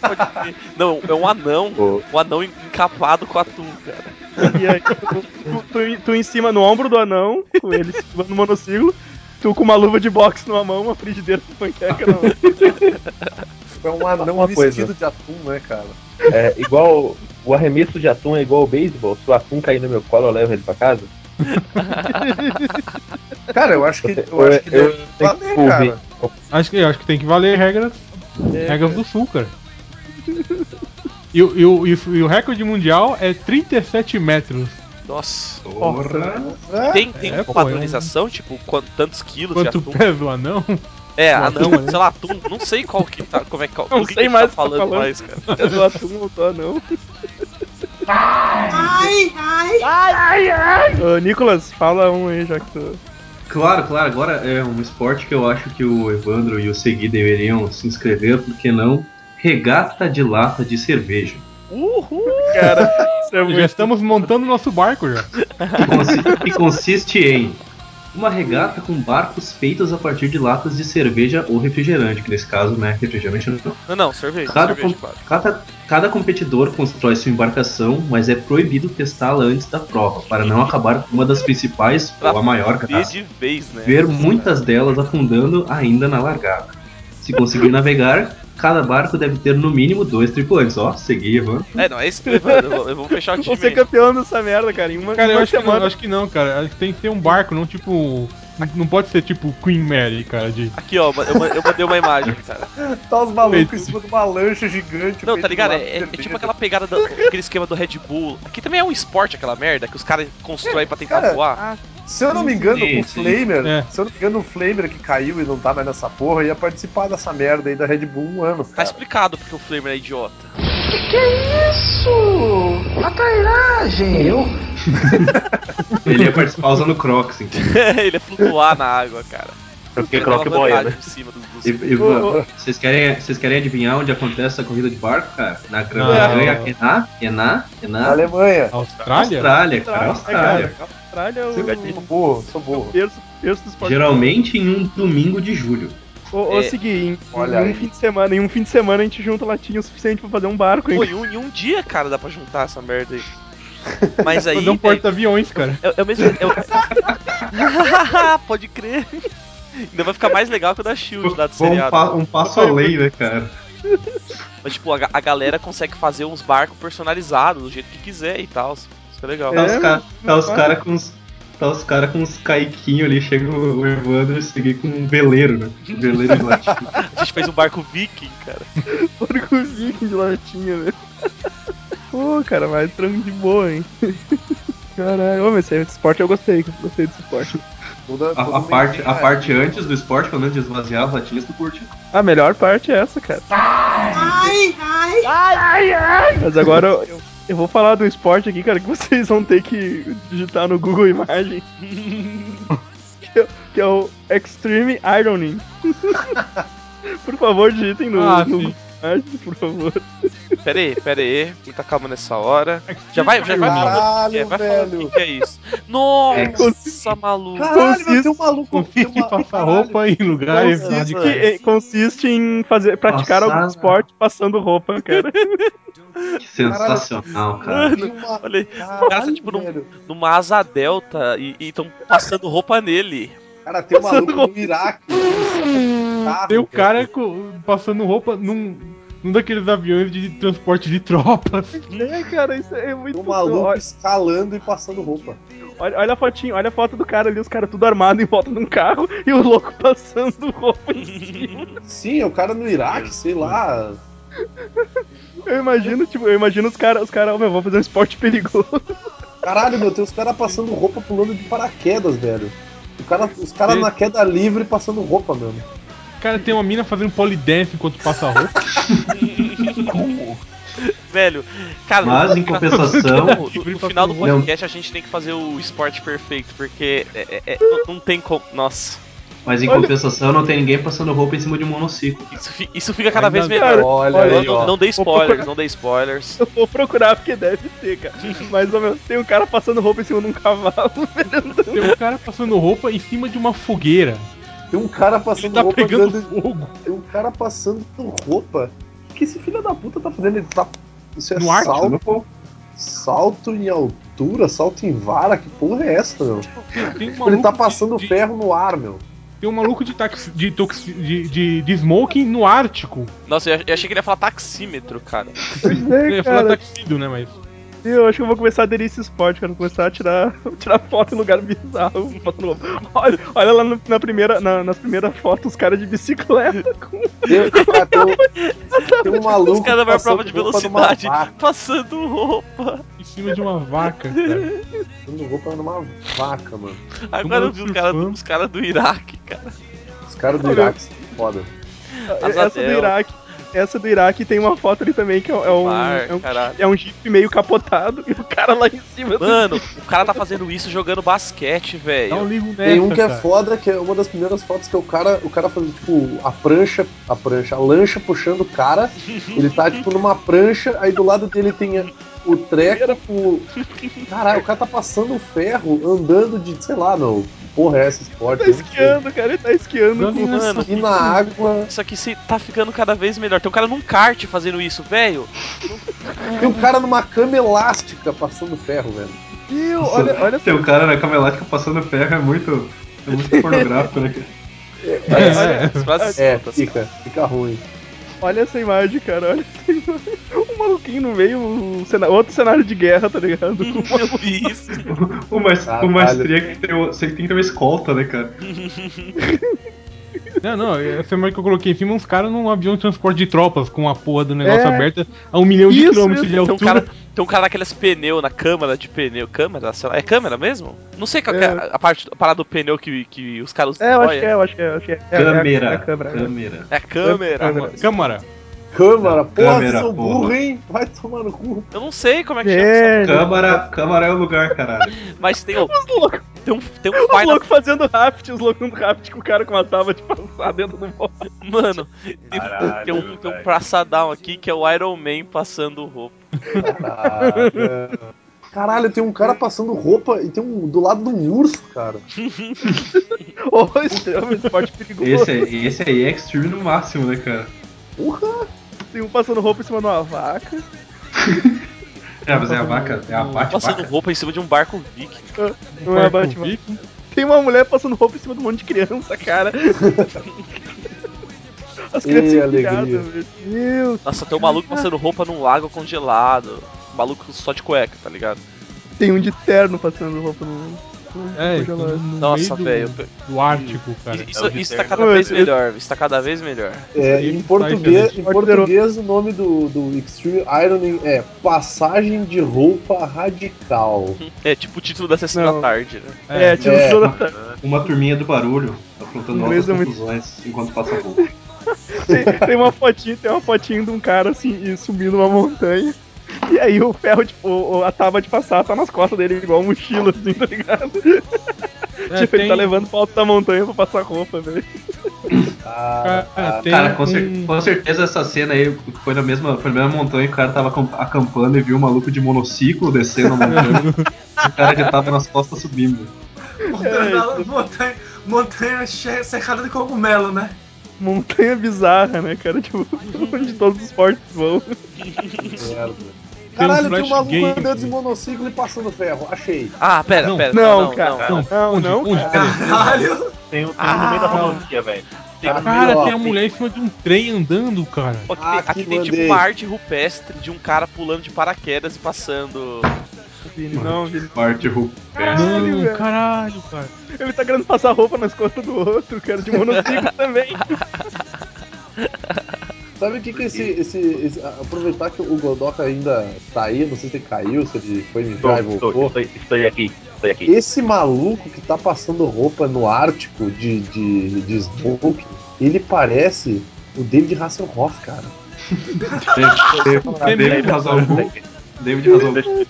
A: [laughs] Não, é um anão.
H: ô, ô.
A: Um anão encapado com atum, cara.
F: E aí, tu, tu- tu em- tu em cima no ombro do anão, com ele em cima no monociclo. Tu com uma luva de boxe numa mão, uma frigideira de panqueca na outra.
D: É um anão
H: Uma coisa.
D: vestido de atum, né, cara?
H: É igual. O arremesso de atum é igual ao beisebol. Se o atum cair no meu colo, eu levo ele pra casa.
D: Cara, eu acho que. Eu
H: Ou
D: acho que
H: eu
D: deve valer,
H: tenho ouvir?
D: cara.
I: Acho que, acho que tem que valer regras, regras do sul, cara. E, o- e o- e o- e o recorde mundial é 37 metros.
A: Nossa.
E: Porra.
A: Tem, tem
I: É, pô,
A: padronização, tipo, quanto, tantos quilos de
I: Quanto
A: atum?
I: pesa o anão?
A: É,
I: o
A: atum,
I: atum, né?
A: sei lá, atum, não sei qual que tá, como é que, qual,
F: Não
A: o que
F: sei
A: que
F: mais o
A: tá
F: que tá
A: falando,
F: falando.
A: mais, cara.
F: Eu tô atum, eu tô anão.
C: Ai, ai.
F: Ai, ai! Ô, Nicolas, fala um aí, já que tu.
E: Claro, claro, agora é um esporte que eu acho que o Evandro e o Segui deveriam se inscrever, porque não? Regata de lata de cerveja.
C: Uh,
F: Uhul! Cara, isso é
I: Já
F: muito.
I: estamos montando o nosso barco já.
E: Que, consi- que consiste em uma regata com barcos feitos a partir de latas de cerveja ou refrigerante, que nesse caso, né, refrigerante não.
A: Não, não, sorvete,
E: Cada,
A: sorvete,
E: com-
A: claro.
E: cada- cada competidor constrói sua embarcação, mas é proibido testá-la antes da prova, para não acabar com uma
A: [laughs]
E: das principais, ou a maior,
A: De,
E: graça.
A: de vez, né?
E: ver muitas delas afundando ainda na largada. Se
A: [laughs]
E: conseguir navegar, cada barco deve ter no mínimo dois tripulantes. Ó, segui, mano.
A: É, não, é isso, Evandro, eu vou- eu vou fechar o
F: Vou
A: time.
F: ser campeão dessa merda, cara, em
I: [laughs]
F: uma,
I: Cara, eu
F: uma
I: acho que, não,
F: semana.
I: acho que não, cara. Acho que tem que ter um barco, não tipo. Não pode ser tipo Queen Mary, cara. De...
A: Aqui, ó, eu, ma- eu mandei uma imagem, cara.
D: Tá os malucos
I: Feito.
D: em cima de uma lancha gigante.
A: Não,
D: feito
A: tá ligado?
D: do lado
A: É, é- é tipo
D: vermelho.
A: aquela pegada,
D: [laughs]
A: do, aquele esquema do Red Bull. Aqui também é um esporte, aquela merda, que os caras constroem pra tentar
D: cara, ah,
A: voar.
D: Se eu não me engano,
E: Sim,
D: o
E: sim.
D: Flamer,
I: É.
D: se eu não me engano, o Flamer que caiu e não tá mais nessa porra ia participar dessa merda aí da Red Bull um ano.
A: Tá
D: Cara.
A: explicado porque o Flamer é idiota.
E: Ele ia participar usando Crocs, então.
A: [laughs] Ele é flutuar na água, cara.
H: Porque
A: Ele
H: coloca
A: dá uma
H: boia,
A: vantagem
H: né?
A: Em cima dos, dos...
E: E- e-
F: Ô,
E: vocês, querem, vocês querem adivinhar onde acontece essa corrida de barco, cara? Na
I: Não.
E: Grã-Bretanha, Ená, Ená,
D: Na
E: Ená.
D: Alemanha.
I: Austrália?
E: Austrália, cara,
F: É,
E: Austrália.
F: cara, Austrália é
D: Eu Sou
F: o
D: burro, sou burro.
F: berço, berço do esporte.
E: Geralmente em um domingo de julho.
F: Ô, ô
A: É.
F: Segui, em, em
D: Olha aí.
F: um fim de semana, em um fim de semana a gente junta latinha o suficiente pra fazer um barco, hein?
A: Pô, em um, em um dia, cara, dá pra juntar essa merda
F: [laughs]
A: aí. Mas aí.
I: Fazer um
A: velho,
I: porta-aviões, cara.
A: É, é o mesmo. é o- [laughs] Pode crer. Ainda vai ficar mais legal que o da Shield lá do
E: Bom, um,
A: seriado.
E: pa- um passo além, né, cara?
A: Mas, tipo, a, ga- a galera consegue fazer uns barcos personalizados do jeito que quiser e tal. Isso é legal.
E: Tá os,
F: É,
E: ca- tá os
F: faz.
E: cara com os. Tá os caras com uns caiquinhos ali, chega o o Evandro e segui com um veleiro, né? Um veleiro de latinha.
A: [laughs] A gente fez um barco viking, cara.
F: Porco viking de latinha, velho. Pô, cara, mas tranco de boa, hein? Caralho, ô, mas esse é esporte eu gostei, gostei desse esporte.
D: Toda,
E: A,
D: todo
E: a parte,
D: menino,
E: a
D: cara.
E: parte antes do esporte, pelo menos de esvaziar as latinhas, tu curte.
F: A melhor parte é essa, cara. Mas agora eu, eu vou falar de um esporte aqui, cara, que vocês vão ter que digitar no Google Imagem. que, é, que é o Extreme Ironing. [laughs] por favor, digitem no,
I: Ah,
F: no
I: sim.
F: Google Imagens, por favor.
A: Pera aí, pera aí. Muita calma nessa hora. Já vai, já vai falando. o que é,
D: Caralho,
A: vai falando o
D: velho.
A: que que é isso.
E: É
A: Nossa, maluco.
D: Caralho, mas tem um maluco. tem
I: Consiste em
D: uma-
I: passar
D: caralho.
I: roupa em lugares
D: Consiste
I: radicais.
F: Que eh, consiste em fazer, praticar
E: Passar,
F: algum
E: né?
F: esporte passando roupa, cara.
E: Que sensacional,
F: [laughs]
E: cara.
D: Tem uma-
A: Olha aí.
D: Caralho,
A: Cara, tipo, não-
D: velho.
A: Numa asa delta e estão passando roupa nele.
D: Cara, tem um
A: é
F: Passando
D: maluco no Iraque. no carro,
I: Tem o cara co- passando roupa num, num daqueles aviões de transporte de tropas.
F: é, cara, isso é muito
D: Tem um maluco
F: Olha,
D: escalando e passando roupa.
F: olha a fotinha, olha a foto do cara ali, os caras tudo armado em volta de um carro e o louco passando roupa em cima.
D: Sim, é o cara no Iraque, sei lá.
F: Eu imagino, tipo, eu imagino os caras, os caras, "Ô, meu, vou fazer um esporte perigoso.
D: Caralho, meu, tem os caras passando roupa pulando de paraquedas, velho. O cara, os caras
I: Sim.
D: na queda livre passando roupa mesmo.
I: Cara, tem uma mina fazendo polidense enquanto passa roupa.
A: Velho, cara,
E: Mas em compensação,
A: [laughs] no, no final do podcast a gente tem que fazer o esporte perfeito, porque é- é- é- não- não tem como. Nossa,
E: mas em
F: Olha-
E: compensação não tem ninguém passando roupa em cima de um monociclo.
A: isso, fi- isso fica cada
I: Ainda
A: vez
I: bem.
A: melhor.
D: Olha
F: olha
A: Não,
D: aí,
F: aí,
A: não,
D: ó.
A: não dê spoilers, não dê spoilers.
F: [laughs] Eu vou procurar porque deve ter, cara. Mas, ô, meu, tem um cara passando roupa em cima de um cavalo, [laughs] velho.
I: Tem um cara passando roupa em cima de uma fogueira.
D: Tem um cara
I: Ele
D: passando
I: tá
D: roupa
I: pegando
D: andando-
I: fogo
D: Tem um cara passando com roupa. O que esse filho da puta tá fazendo? Ele tá. Isso é
I: no ar.
D: salto.
I: Tipo,
D: Salto em altura, salto em vara, que porra é essa, meu?
I: tem- tem um
D: Ele
I: maluco
D: tá
I: de-
D: passando
I: de-
D: ferro no ar, meu.
I: Tem um maluco de, taxi, de, toxi- de, de, de smoking no Ártico.
A: Nossa, eu, eu achei que ele ia falar taxímetro, cara.
F: Pois
I: Eu
F: é,
I: ia falar
F: cara.
I: taxido, né? Mas.
F: E [laughs] eu acho que eu vou começar a aderir esse esporte, cara. Vou começar a tirar, [laughs] tirar foto em lugar bizarro. [laughs] Foto no... olha, olha lá no- na primeira, na- nas primeiras fotos os caras de bicicleta [laughs] com.
D: Tem, um cara, tem, tem um maluco.
A: [laughs] Os caras vai à
D: passando
A: prova de
D: roupa numa
A: velocidade,
D: vaca,
A: passando roupa.
I: Em cima de uma vaca, cara.
D: Passando roupa numa vaca, mano.
A: Agora eu vi os caras os cara do Iraque, cara.
D: Os caras do Iraque são foda.
F: Essa do
A: Azazel.
F: Iraque. Essa do Iraque tem uma foto ali também que é, é um.
A: Mar,
F: é um
A: caralho.
F: é um jeep meio capotado e o cara lá em cima. do-
A: Mano, o cara tá fazendo isso jogando
I: Dá
A: basquete,
I: um
A: velho.
F: né?
I: ligo nessa,
D: Tem um que é
F: [laughs]
I: cara.
D: foda, que é uma das primeiras fotos que é o cara, o cara fazendo, tipo, a prancha, a prancha, a lancha puxando o cara. Ele tá, tipo, numa prancha, aí do lado dele tem a- o treco, o... Caralho, o cara tá passando o ferro, andando de, sei lá, não, porra é esse esporte?
F: Tá esquiando, cara, ele tá esquiando com
A: Mano,
D: E na água,
A: isso aqui se- tá ficando cada vez melhor. Tem um cara num kart fazendo isso, velho.
D: tem um cara numa cama elástica passando ferro, velho.
F: Meu, olha, olha
E: Tem o cara na cama elástica passando ferro é muito. É muito pornográfico, né? cara?
I: É,
A: As frases
D: É,
A: soltas.
D: fica, fica ruim.
F: Olha essa imagem, cara, olha essa imagem. Um maluquinho no meio, um cena- outro cenário de guerra, tá
A: [laughs]
F: ligado?
A: Eu vi
E: [laughs]
A: isso.
E: O, mais,
D: Caralho.
E: o maestria que tem, o- você tem que ter uma escolta,
A: [laughs]
E: né, cara?
I: Não, não, essa semana que eu coloquei em cima uns caras num avião de transporte de tropas com a porra do negócio
F: É.
I: aberta a um milhão de
F: Isso,
I: quilômetros
F: isso.
I: de
A: Tem um
I: altura.
A: cara, tem um cara naqueles pneu, na câmara de pneu. Câmera? Sei lá, é câmera mesmo? Não sei qual que é
F: É.
A: a, parte, a parada do pneu que, que os caras
F: É, eu acho
A: Olha,
F: que é, eu acho que é, eu acho que é. É, é a-
E: câmera.
F: É, a câmera.
E: câmera.
A: É a câmera,
F: Câmera.
A: mano.
I: Câmara.
D: Câmara, porra,
E: Câmera,
D: vocês são
E: porra.
D: burro, hein? Vai tomar no cu.
A: Eu não sei como é que chama essa
F: Velho,
E: Câmara, câmara é o lugar, caralho.
A: porra, mas tem, o-
F: os loucos,
A: [laughs] tem um, tem um
F: os
A: Final
F: loucos fazendo raft, os loucos no raft com o cara com uma
D: [laughs]
F: tábua de [laughs] passar dentro do bolo.
A: Mano, tem,
E: Caralho,
A: tem um,
E: meu
A: tem um
E: pai.
A: praçadão aqui que é o Iron Man passando roupa.
D: Caraca. Caralho, tem um cara passando roupa e tem um do lado de um urso, cara.
F: Ô, esse é um esporte perigoso.
E: Esse, é- esse aí é extreme no máximo, né, cara?
D: Porra!
F: Tem um passando roupa em cima de uma vaca.
E: É, mas é a vaca, é a
A: Passando
E: bate-vaca.
A: roupa em cima de um barco viking.
F: Não é
I: Barco
F: Batman.
I: viking.
F: Tem uma mulher passando roupa em cima de um monte de criança, cara. As crianças
D: Ih,
F: empilhadas,
D: alegria.
F: velho. Meu,
A: Nossa, tem um maluco passando roupa num lago congelado. Um maluco só de cueca, tá ligado?
F: tem um de terno passando roupa no.
D: Tá
I: É,
F: no gelado.
I: no
A: Nossa,
I: meio do-
A: velho.
I: Do Ártico, cara.
A: Isso,
E: É o
A: isso tá
E: Hitler.
A: cada vez
F: Esse-
A: melhor, isso tá cada vez melhor.
D: É,
I: Isso aí
D: em,
I: faz
D: português,
I: diferente.
D: em português, o nome do, do Extreme Ironing é Passagem de Roupa Radical.
A: É tipo o título da sessão da
F: Não.
A: tarde, né?
F: É,
I: É,
F: tipo,
D: é.
F: Jonathan.
E: Uma turminha do barulho, aprontando novas
F: Inglês é muito-
E: confusões enquanto passa roupa.
F: Tem, tem uma fotinha, tem uma fotinha de um cara assim, e subindo uma montanha. E aí o ferro, tipo, o- a tábua de passar tá nas costas dele, igual uma mochila, assim, tá ligado?
I: é,
F: tipo, ele
I: tem-
F: tá levando pro alto da montanha pra passar roupa, velho.
D: Ah,
I: Cara, tem
E: Cara, com, cer-
I: um-
E: com certeza essa cena aí foi na mesma, foi na mesma montanha que o cara tava acamp- acampando e viu um maluco de monociclo descendo a montanha. o cara já tava nas costas subindo.
F: É
C: Montanha, montanha, montanha che- cercada de cogumelo, né?
F: Montanha bizarra, né, cara? Tipo, onde todos os portos vão.
D: que merda. Caralho, tem um
I: flash
D: maluco
I: game.
D: andando de monociclo e passando ferro. Achei.
A: Ah, pera,
I: Não,
A: pera.
F: não, cara,
A: pera.
I: Não,
F: Não,
I: onde,
F: não,
I: onde? Peraí.
C: Caralho!
J: um Tem um, tem um no meio
A: Ah.
J: da rodovia, velho. um
A: Tem,
F: Tá
D: Ah,
I: Cara,
D: Ó,
I: tem a mulher em cima de um trem andando, cara.
A: aqui tem,
D: Ah,
A: aqui
D: que
A: tem tipo
D: mandei.
A: uma arte rupestre de um cara pulando de paraquedas e passando.
F: Vini, não, Vini.
E: Parte roupa.
F: Caralho,
I: Não,
F: velho.
I: caralho, cara.
F: Ele tá querendo passar roupa nas costas do outro, cara,
I: [laughs]
F: de monociclo também.
D: Sabe o que que esse, esse, esse- Aproveitar que o Godoka ainda tá aí, não sei se ele caiu, se ele foi mijar e
J: Estou,
D: voltou.
J: estou- estou aqui, estou aqui.
D: Esse maluco que tá passando roupa no Ártico de, de, de smoking, ele parece o David Hasselhoff, cara.
E: David Hasselhoff. David Hasselhoff.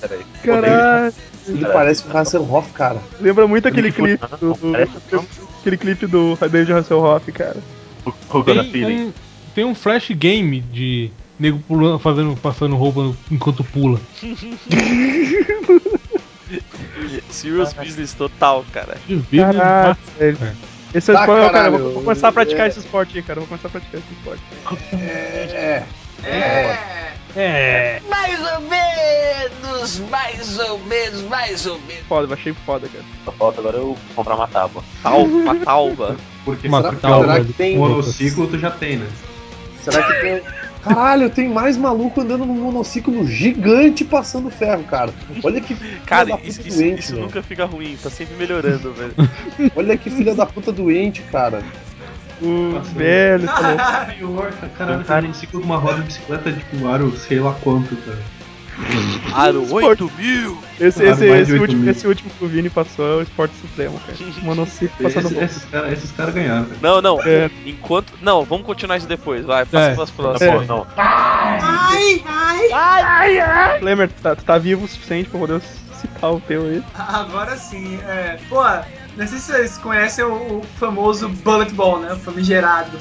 J: Peraí.
F: Caralho.
D: Ele parece o Hasselhoff, cara.
F: Lembra muito aquele
J: Não,
F: clipe do.
J: não, parece não.
F: Aquele clipe do David Hasselhoff, cara.
J: O- o Gonna
I: Tem
J: Feeling.
I: um, tem um flash game de nego pulando, fazendo, passando roupa no- enquanto pula.
A: [laughs] Serious business total, cara.
J: tá
F: Caralho, velho. Esse é o
D: Ah,
F: esporte, cara,
D: caralho,
F: eu vou, vou começar a praticar
D: é.
F: esse esporte aí, cara. Eu Vou começar a praticar esse esporte.
D: É.
C: É!
I: É.
L: Mais ou menos, mais ou menos, mais ou menos.
F: Foda, eu achei foda, cara.
J: Só falta agora
H: Então,
J: eu comprar uma tábua.
A: Tal, uma talba.
E: Porque
I: Uma
E: será
D: Será,
E: que
I: tal-
D: será
I: Calma,
D: que tem.
E: monociclo tu já tem, né?
D: Será que tem. Caralho, tem mais maluco andando num monociclo gigante passando ferro, cara. Olha que. filha da
A: Cara,
D: puta
A: isso, isso- isso
D: meu.
A: nunca fica ruim, tá sempre melhorando, velho.
D: [laughs] Olha que filha da puta doente, cara.
F: O
C: [laughs]
E: velho,
F: falou.
E: Que horror, caralho, tá num ciclo com uma roda de bicicleta, tipo, aro, sei lá quanto, cara.
A: Aro 8 mil!
F: Esse,
E: Claro,
F: esse,
E: Ah, mais
F: esse
E: de oito
F: último,
E: mil.
F: esse último que o Vini passou é o esporte supremo,
D: [laughs]
F: cara. Monociclo passando
E: Esses, esses caras esses caras ganharam, cara.
A: Não, não.
F: É.
A: Enquanto. Não, vamos continuar isso depois, vai. Passa
F: É.
A: pras próximas.
F: É.
A: Não.
C: Ai, ai,
F: ai, ai. Lemer, tá, tu tá vivo o suficiente pra poder citar o teu aí.
C: Agora sim, é. Pô, não sei se vocês conhecem o, o famoso Bullet Ball, né?
A: [laughs]
C: O famigerado.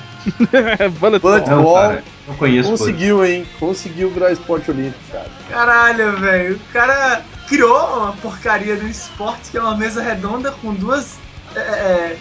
F: Bullet
D: Bullet
E: Não,
D: Ball.
E: cara, não conheço,
D: Conseguiu, hein? Conseguiu virar esporte olímpico, cara.
C: Caralho, velho. O cara criou uma porcaria do esporte que é uma mesa redonda com duas é, é,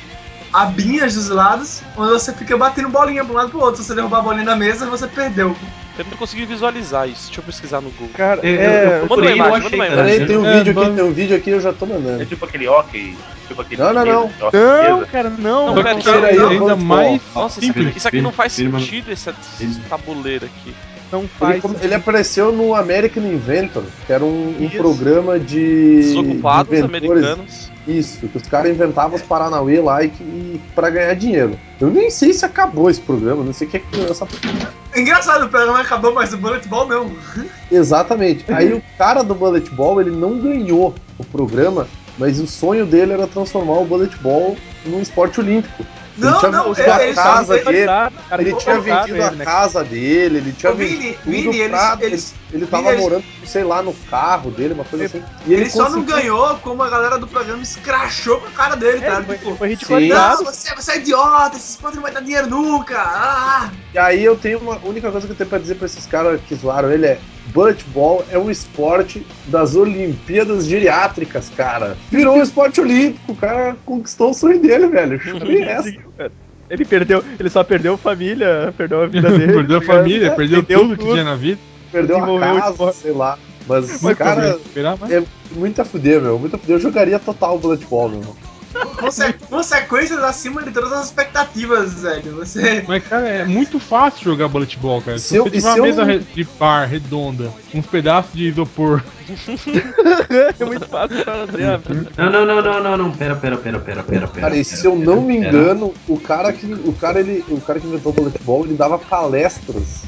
C: abinhas dos lados, onde você fica batendo bolinha pra um lado pro outro. Se você derrubar a bolinha na mesa, você perdeu.
A: Eu não consegui visualizar isso, deixa eu pesquisar no Google.
F: Cara,
E: Eu-
D: é,
E: eu- eu
A: manda uma
E: procurei, eu
A: imagem,
E: achei,
A: manda uma
E: cara.
D: Peraí,
A: imagem.
D: tem um
I: É,
D: vídeo aqui,
I: vamos-
D: tem um vídeo aqui, eu já tô mandando.
J: É tipo aquele hockey. Tipo aquele
D: Não, não, não.
J: hockey, hockey,
F: Não,
J: beleza.
F: cara, não.
I: Só
A: Não, pera aí,
I: que era
A: não,
I: ainda
D: não, não.
I: mais.
A: Nossa, isso
I: simples.
A: aqui, isso aqui não faz
E: Ele- ele-
A: sentido, esse, esse
E: ele-
A: tabuleiro aqui.
F: Não
D: Ele,
F: faz.
D: come- ele apareceu no American Inventor, que era um, um
F: Isso.
D: programa de.
A: Desocupados
D: de inventores.
A: americanos.
D: Isso, que os caras inventavam os Paranauê lá e, que- e pra ganhar dinheiro. Eu nem sei se acabou esse programa, não sei o que é que essa
C: Engraçado, o programa acabou, mas o Bullet Ball não. Uhum.
D: Exatamente. Aí o cara do Bullet Ball, ele não ganhou o programa, mas o sonho dele era transformar o Bullet Ball num esporte olímpico.
C: Não,
D: tinha
C: não,
D: vendido
C: é-
D: a
C: é isso,
D: casa
C: é-
D: dele,
F: cara,
D: ele tinha
F: colocaram
D: vendido
F: ele,
D: a
F: né?
D: casa dele, ele tinha
C: Ô, Vini,
D: vendido tudo
C: Vini, eles-
D: pra-
C: eles-
D: ele, ele tava
C: Vini, eles-
D: morando, sei lá, no carro dele, uma coisa assim. E
C: Ele, só não
D: conseguiu-
C: ganhou como a galera do programa escrachou com a cara dele,
F: É,
C: cara.
F: foi,
C: tipo,
F: foi
C: não,
F: ridicularizado.
C: você, você é idiota, esse esporte não vai dar dinheiro nunca. Ah,
D: E aí eu tenho uma única coisa que eu tenho pra dizer pra esses caras que zoaram ele é Bullet Ball é um esporte das Olimpíadas Geriátricas, cara. Virou um esporte olímpico, o cara conquistou o é sonho dele, velho. Chupa essa.
F: Conseguiu, cara. Ele perdeu, ele só perdeu família, perdeu a
I: [laughs]
F: vida dele.
I: Perdeu a
F: tá ligado?
I: família, perdeu tudo que tinha na vida.
D: Perdeu a
F: Desenvolveu o
D: casa,
F: esporte.
D: sei lá. Mas,
I: Mas
D: cara, é
I: também, esperar mais.
D: muito a fuder, meu. Muito a fuder. Eu jogaria total Bullet Ball, meu.
C: conse- consequências acima de todas as expectativas, velho. Você. [laughs]
I: Mas, cara, é muito fácil jogar bullet ball, cara.
D: E
I: Se,
D: se eu-
I: você
D: e
I: tiver uma
D: se eu
I: mesa
D: não-
I: re- de par redonda, uns pedaços de isopor.
F: É muito fácil pra André.
E: Não, não, não, não, não, não, pera, pera, pera, pera,
D: Cara,
E: pera.
D: e
E: pera,
D: se eu
E: pera,
D: não me
E: pera.
D: engano, o cara que, o cara, ele, o cara que inventou o Bullet Ball, ele dava palestras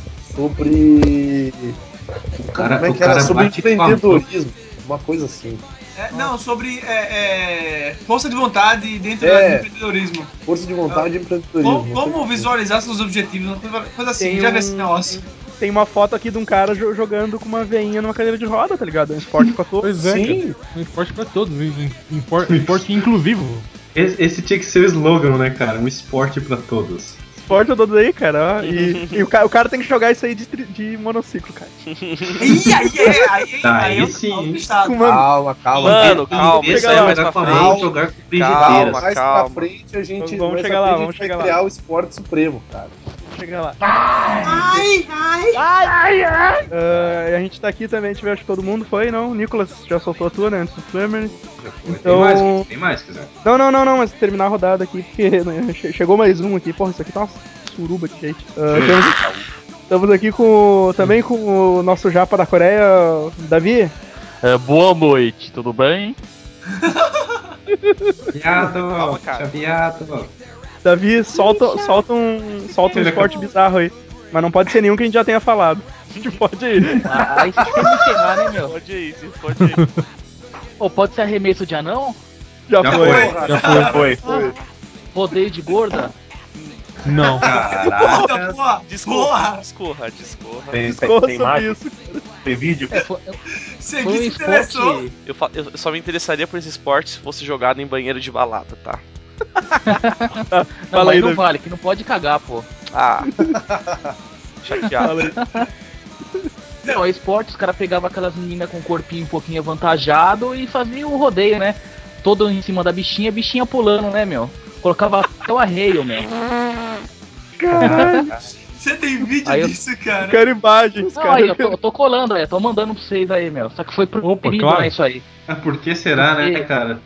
D: sobre.
E: cara-
D: como é
E: o
D: que era?
E: cara
D: Sobre
E: bate palma.
D: empreendedorismo. Uma coisa assim.
C: É, não, sobre é, é, força de vontade dentro
D: É.
C: do empreendedorismo.
D: Força de vontade e empreendedorismo.
C: Como, como visualizar seus objetivos, uma coisa- coisa assim,
F: Tem
C: já
F: um-
C: vi esse negócio.
F: Tem uma foto aqui de um cara jo- jogando com uma veinha numa cadeira de roda, tá ligado? É um esporte pra todos.
I: Pois é,
D: Sim.
I: cara. Um esporte pra todos. Um um- um por- um esporte inclusivo.
E: Esse, esse tinha que ser o slogan, né, cara? Um esporte pra todos.
F: Esporte eu dou aí, cara. ó.
I: [laughs]
F: E, e o, ca- o cara tem que jogar isso aí de, tri- de monociclo, cara.
C: Ih, aí, aí, é aí,
E: Tá,
C: aí,
E: aí
C: eu-
E: sim.
C: eu estado.
F: [laughs] Com uma-
D: Calma, calma.
A: Mano, calma,
E: Esse
A: isso
I: é
F: lá,
A: aí mais
E: era
A: pra
E: famoso
A: frente.
E: jogar com
D: calma,
E: frigideiras.
D: mais
A: calma.
D: pra frente a gente,
F: Vamos
D: mais pra
F: chegar lá,
D: frente a
F: vamos
D: gente
F: chegar lá.
D: vai criar o esporte supremo, cara.
F: Chega lá.
C: Ai, ai.
F: Ah, e a gente tá aqui também, tive acho que todo mundo foi, não? O Nicolas já soltou a tua, né? Antes do Flammer.
E: Tem
F: Então-
E: mais, gente, tem mais, quiser.
F: Não, não, não, não, mas terminar a rodada aqui, porque né, che- chegou mais um aqui. Porra, isso aqui tá uma suruba de gente. Ah, temos- estamos aqui com o- também com o nosso japa da Coreia, Davi.
M: É, boa noite, tudo bem?
F: [laughs]
E: Viado,
A: Calma, cara.
E: viado.
F: Davi, solta, solta um, solta um esporte bizarro aí. Mas não pode ser nenhum que a gente já tenha falado. A gente pode ir.
M: Ah, aí vocês
F: [laughs]
M: querem me ferrar, né, meu?
A: [laughs] Pode ir, Zio, pode ir.
M: Ou pode ser arremesso de anão? Ah,
F: Já,
E: Já
F: foi.
E: foi.
I: Já foi.
J: Foi.
M: Rodeio de gorda?
I: Não.
C: Porra,
E: Caraca.
C: [laughs] porra,
A: Discorra,
C: porra.
A: discorra, discorra.
J: Tem, tem,
F: Discorra
J: tem
F: sobre
J: imagem,
F: isso.
J: tem vídeo.
M: É, foi, foi
C: Você que é
M: um
C: se
M: esporte.
C: interessou.
A: Eu, fa- eu só me interessaria por esse esporte se fosse jogado em banheiro de balada, tá?
M: Não,
F: Fala
M: mas
F: aí,
M: não
F: Davi.
M: vale, que não pode cagar, pô.
A: Ah. Chateado.
M: Não, é esporte, os caras pegavam aquelas meninas com um corpinho um pouquinho avantajado e faziam o rodeio, né? Todo em cima da bichinha, bichinha pulando, né, meu? Colocava até o arreio, meu.
C: Você tem vídeo
M: Aí eu-
C: disso, cara?
F: Quero imagens,
M: Não, aí,
F: cara.
M: eu tô, eu tô colando, aí, eu tô mandando pra vocês aí, meu. Só que foi proibido,
I: claro.
M: né, isso aí.
E: Ah, Por que será, né, cara?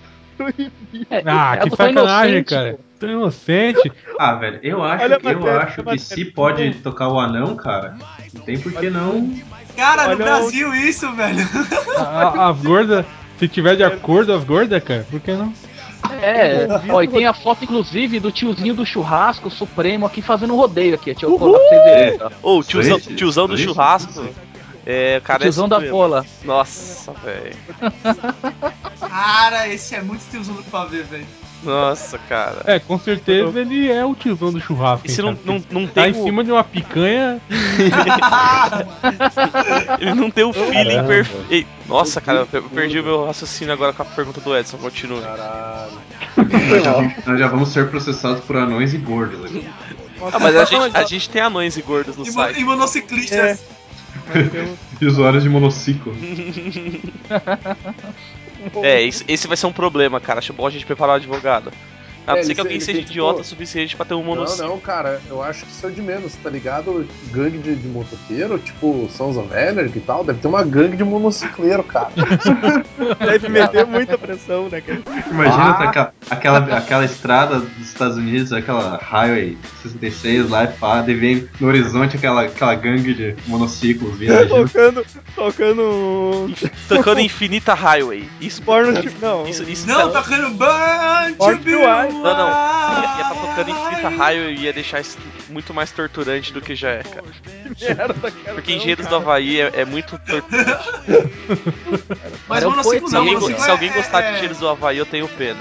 M: É, [laughs]
I: Ah, que sacanagem, cara. Tão inocente.
E: Ah, velho, eu acho,
I: Olha a
E: eu
I: matéria,
E: acho
I: olha a
E: que se pode tocar o anão, cara, não tem por que não.
C: Cara, no
E: Olha
C: Brasil isso, velho.
I: A- As gordas, se tiver de acordo, as gordas, cara, por que não?
M: É, ó, e tem a foto, inclusive, do tiozinho do churrasco supremo aqui fazendo um rodeio aqui. Deixa eu colar pra vocês verem. ó.
A: É. Ô, o tiozão,
M: Gente,
A: tiozão do
M: gente.
E: [laughs]
A: churrasco. É, o cara é
M: Tiozão da
A: supremo.
M: bola.
A: Nossa, velho.
C: Cara, esse é muito tiozão do pavê, velho.
A: Nossa, cara.
I: É, com certeza ele é o tiozão do churrasco.
A: E se
I: hein,
A: não-
I: cara,
A: não-
I: porque
A: não
I: tá
A: tem
I: em
A: o-
I: cima de uma picanha.
A: [laughs] Ele não
I: É um
A: tem o feeling
I: Caramba.
A: perfeito. Nossa, cara, eu perdi o meu raciocínio agora com a pergunta do Edson. Continue.
E: Nós já, vamos, nós já vamos ser processados por anões e gordos né? aqui.
A: Ah, mas a gente, a gente tem anões e gordos no
C: E, mo-
A: site.
C: e
M: É. [laughs]
C: monociclistas.
E: E usuários de monociclo.
A: [laughs] É, esse, esse vai ser um problema, cara. Acho bom a gente preparar o advogado. A não
D: É,
A: ser
D: ele-
A: que alguém
D: ele
A: seja
D: tem que,
A: idiota
D: pô,
A: o suficiente pra ter um
D: Não, [laughs]
A: monociclo.
D: não, cara, eu acho que isso é de menos, tá ligado? Gangue de, de motoqueiro, tipo São Zanveller e tal, deve ter uma gangue de monocicleiro, cara.
F: [laughs] Deve meter muita pressão, né, cara?
E: Imagina
F: Ah.
E: tá aquela, aquela, aquela estrada dos Estados Unidos, aquela Highway 66 lá, e pá, daí vem no horizonte aquela, aquela gangue de monociclos vindo. imagina.
F: Tocando. Tocando. um-
A: Tocando Infinita Highway. Isso,
F: não.
A: Isso, isso
C: Não,
A: tá-
C: tocando
A: Born
C: Burn to
A: to
C: be
A: Wild.
C: Wild.
F: então.
A: Não, não. Ia, ia tá tocando Infinita Highway e ia deixar isso muito mais torturante do que já é, cara. Porque Engenheiros do Havaí é, é muito torturante.
C: Mas Cara, monociclo
A: se
C: não,
A: alguém,
C: monociclo
A: se
C: é-
A: alguém gostar
C: é-
A: de Engenheiros do Havaí, eu tenho pena.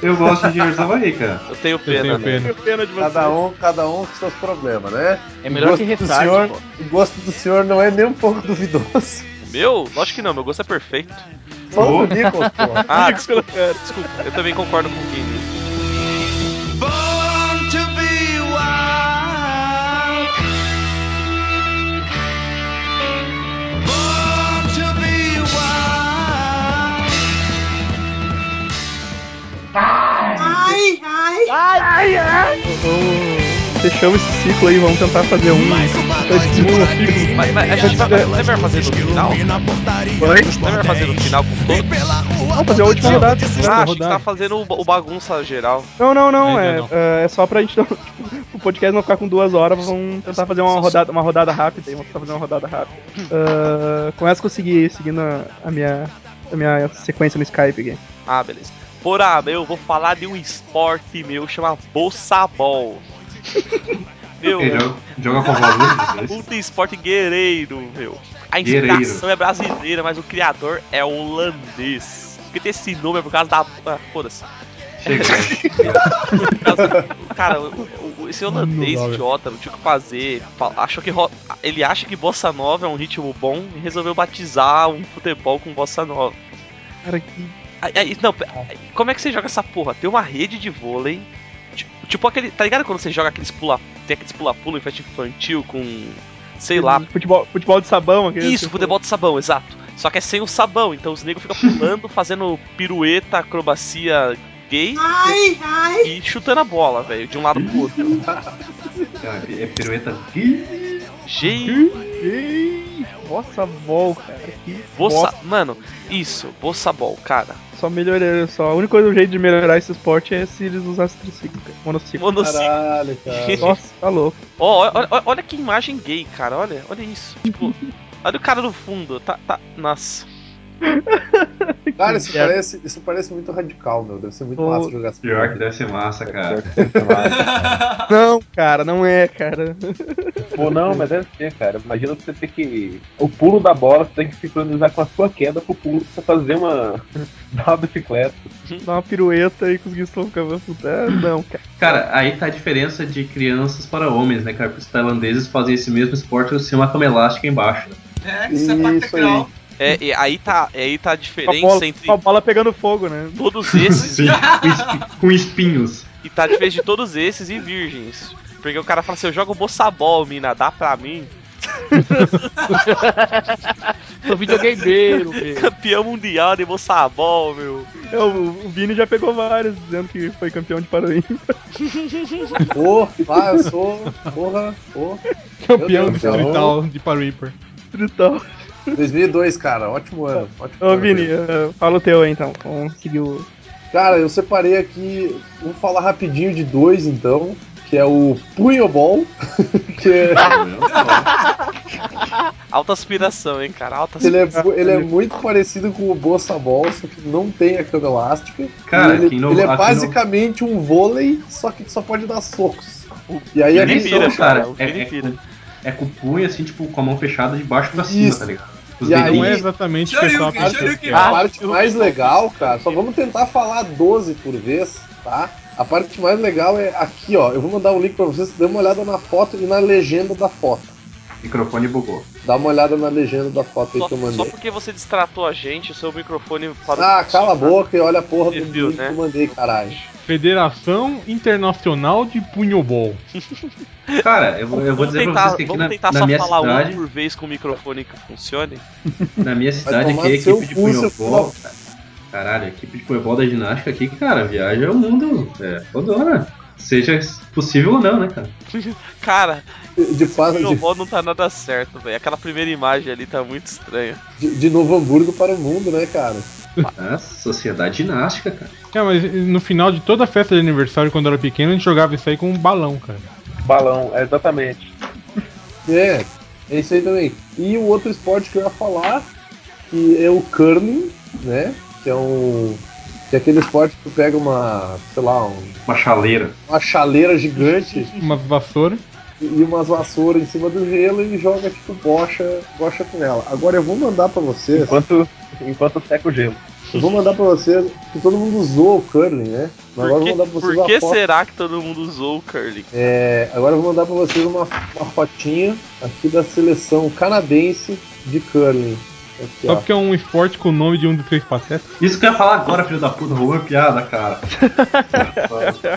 E: Eu gosto de Engenheiros do Havaí, cara.
A: Eu tenho pena.
D: tenho
A: né?
D: pena. Cada um, cada um com seus problemas, né?
A: É melhor
D: O
A: que
D: gosto do
A: ressarte,
D: senhor-
A: pô.
D: O gosto do senhor não é nem um pouco duvidoso.
A: Meu? Lógico que não, meu gosto é perfeito.
D: Só o do
A: [laughs]
D: Nicolas,
F: [laughs]
D: pô.
A: Ah, desculpa, desculpa, eu também concordo com o Guilherme.
N: Born to be wild. Born to be wild.
C: Ai, ai.
N: Ai, ai.
F: Vamos. Fechamos esse ciclo aí, vamos tentar fazer um. Esse monociclo.
A: Mas, mas a gente vai fazer,
F: é,
A: você vai fazer no final?
F: Oi?
A: Você vai fazer no final com todo?
F: Vamos fazer a última rodada.
A: Ah, achei que você tá fazendo o, ba- o bagunça geral.
F: Não, não, não. É, é, é só pra gente não, [laughs] o podcast não ficar com duas horas, vamos tentar fazer uma rodada, uma rodada rápida aí, vamos tentar fazer uma rodada rápida. Ah, começa a conseguir seguindo a, a minha, a minha sequência no Skype aqui.
A: Ah, beleza. Porra, meu, eu vou falar de um esporte meu que chama
F: [laughs]
A: bolsabol. meu,
I: é
E: Ele joga- joga com valor,
A: [laughs]
E: né?
A: puta Um esporte guerreiro, meu. A
E: Guerreiro.
A: inspiração é brasileira, mas o criador é holandês. Porque tem esse nome é por causa da. Ah, foda-se.
E: Chega,
A: [laughs] Cara, o- o- esse holandês idiota não tinha o que fazer. fa- Achou que ro- ele acha que bossa nova é um ritmo bom e resolveu batizar um futebol com bossa nova.
F: Cara, que.
A: Aí- aí- não, pe- aí, como é que você joga essa porra? Tem uma rede de vôlei. ti- Tipo aquele. Tá ligado quando você joga aqueles pula. Tem aqueles pula-pula em festa infantil com. Sei lá.
F: Uhum. Futebol, futebol de sabão tipo. aqui.
A: Isso, futebol de sabão, exato. Só que é sem o sabão, então os negros ficam pulando, [laughs] fazendo pirueta, acrobacia gay e chutando a bola, velho, de um lado pro outro.
E: cara, é pirueta.
A: Gente,
F: Nossa, bol, cara. Que
A: bossa...
F: bosta.
A: Mano, isso, boçabol, cara.
F: Só melhorando, só. O único jeito de melhorar esse esporte é se eles usassem triciclo, cara. Monociclo.
A: Monociclo. Caralho, [laughs]
D: cara.
F: Nossa, tá louco.
A: Ó, ó, ó, olha que imagem gay, cara, olha, olha isso. Tipo, olha o cara no fundo, tá, tá, nossa.
D: Cara, isso
A: Certo.
D: parece, isso parece muito radical, meu. Deve ser muito
F: Ô,
D: massa jogar assim.
E: Pior que deve ser massa, cara. [laughs]
F: Não, cara, não é, cara.
H: [laughs] Pô, não, mas deve ser, cara. Imagina você ter que. O pulo da bola, você tem que sincronizar com a sua queda pro pulo pra você fazer uma. [laughs] dar uma bicicleta.
F: Dá uma pirueta e conseguir socar meu puta. é,
D: [laughs]
F: Não, cara.
E: Cara, aí tá a diferença de crianças para homens, né, cara? Porque os tailandeses fazem esse mesmo esporte sem uma cama elástica embaixo.
C: É,
D: isso é
C: pactacral.
A: É, e aí tá, aí tá a
F: Com a,
A: diferença
F: bola,
A: entre
F: com a bola pegando fogo, né?
A: todos
E: [laughs]
A: esses
E: Sim, com, espi- com espinhos.
A: E tá de vez de todos esses e virgens. Porque o cara fala assim, eu jogo boçabol, mina, dá pra
F: [laughs]
A: mim?
M: Sou videogameiro, meu.
A: Campeão mundial de boçabol, meu.
F: É, o, o Vini já pegou vários, dizendo que foi campeão de Paroim.
D: [laughs] Porra, lá eu sou. Porra, porra.
I: [laughs] Campeão
D: Meu Deus, então.
I: distrital de Paripper.
F: Trital.
D: 2002, cara, ótimo ano. Ótimo
F: Ô,
D: ano
F: Vini,
D: mesmo.
F: eh, fala o teu aí então. Vamos seguir o.
D: Cara, eu separei aqui, vou falar rapidinho de dois então, que é o Punhobol, [laughs] que é,
A: Alta aspiração, hein, cara? Alta
D: ele, é,
A: aspiração.
D: mu- ele é muito parecido com o Bossa Ball, só que não tem a cama elástica.
E: Cara,
D: E ele,
E: aqui no-
D: ele é
E: aqui no-
D: basicamente um vôlei, só que só pode dar socos. E aí
E: E
D: a
E: nem
D: missão,
E: vira, cara.
D: o
E: É,
D: Vini
E: é
D: vira.
E: com- é com o punho, assim, tipo, com a mão fechada de baixo pra cima,
D: Isso.
E: tá ligado?
D: E aí-
I: Não é exatamente o que essa
D: A
I: parte
D: parte-
I: que
D: a
I: é.
D: parte mais legal, cara, só vamos tentar falar 12 por vez, tá? A parte mais legal é aqui, ó. Eu vou mandar um link pra vocês, dê uma olhada na foto e na legenda da foto.
E: Microfone bugou.
D: Dá uma olhada na legenda da foto aí
A: Só,
D: que eu
A: só
D: mandei.
A: porque você distratou a gente, o seu microfone parou.
D: Ah, cala a
A: né?
D: boca e olha a porra do
A: Viu,
D: link que eu mandei,
F: [laughs]
D: caralho.
I: Federação Internacional de Punhobol.
E: Cara, eu, vou- eu vou dizer
A: vamos tentar,
E: pra vocês que aqui
A: vamos
E: na,
A: tentar
E: na
A: só
E: minha
A: falar
E: cidade,
A: um por vez com o microfone que funcione. [laughs]
E: na minha cidade
A: tomar
E: aqui, a
A: seu
E: equipe de
A: cu, seu
E: punhobol. Caralho, a equipe de punhobol da ginástica aqui, cara, viaja o mundo. É, fodona. Seja possível ou não, né, cara?
A: Cara,
D: de
A: o robô não tá nada certo, velho. Aquela primeira imagem ali tá muito estranha.
D: De, de Novo Hamburgo para o mundo, né, cara?
E: Ah, sociedade ginástica, cara.
I: É, mas no final de toda festa de aniversário, quando eu era pequeno, a gente jogava isso aí com um balão, cara.
H: Balão, é exatamente.
D: É, é isso aí também. E o outro esporte que eu ia falar, que é o curling, né? Que é um. Que é aquele esporte que tu pega uma. sei lá, um-
E: Uma chaleira.
D: uma chaleira gigante
I: Uma vassoura.
D: e umas vassouras em cima do gelo e joga tipo bocha, bocha com ela. Agora eu vou mandar pra vocês.
H: Enquanto, enquanto seca o gelo.
D: Eu vou mandar pra vocês, que todo mundo usou o curling, né? Mas agora eu
A: Por que,
D: vou mandar pra vocês
A: por que
D: a foto.
A: será que todo mundo usou o curling?
D: É, agora eu vou mandar pra vocês uma, uma fotinha aqui da seleção canadense de curling. Aqui,
I: Só
D: ó.
I: porque é um esporte com o nome de um dos três patetas.
E: Isso que eu ia falar agora, filho da puta, roubou a piada, cara.
D: Aqui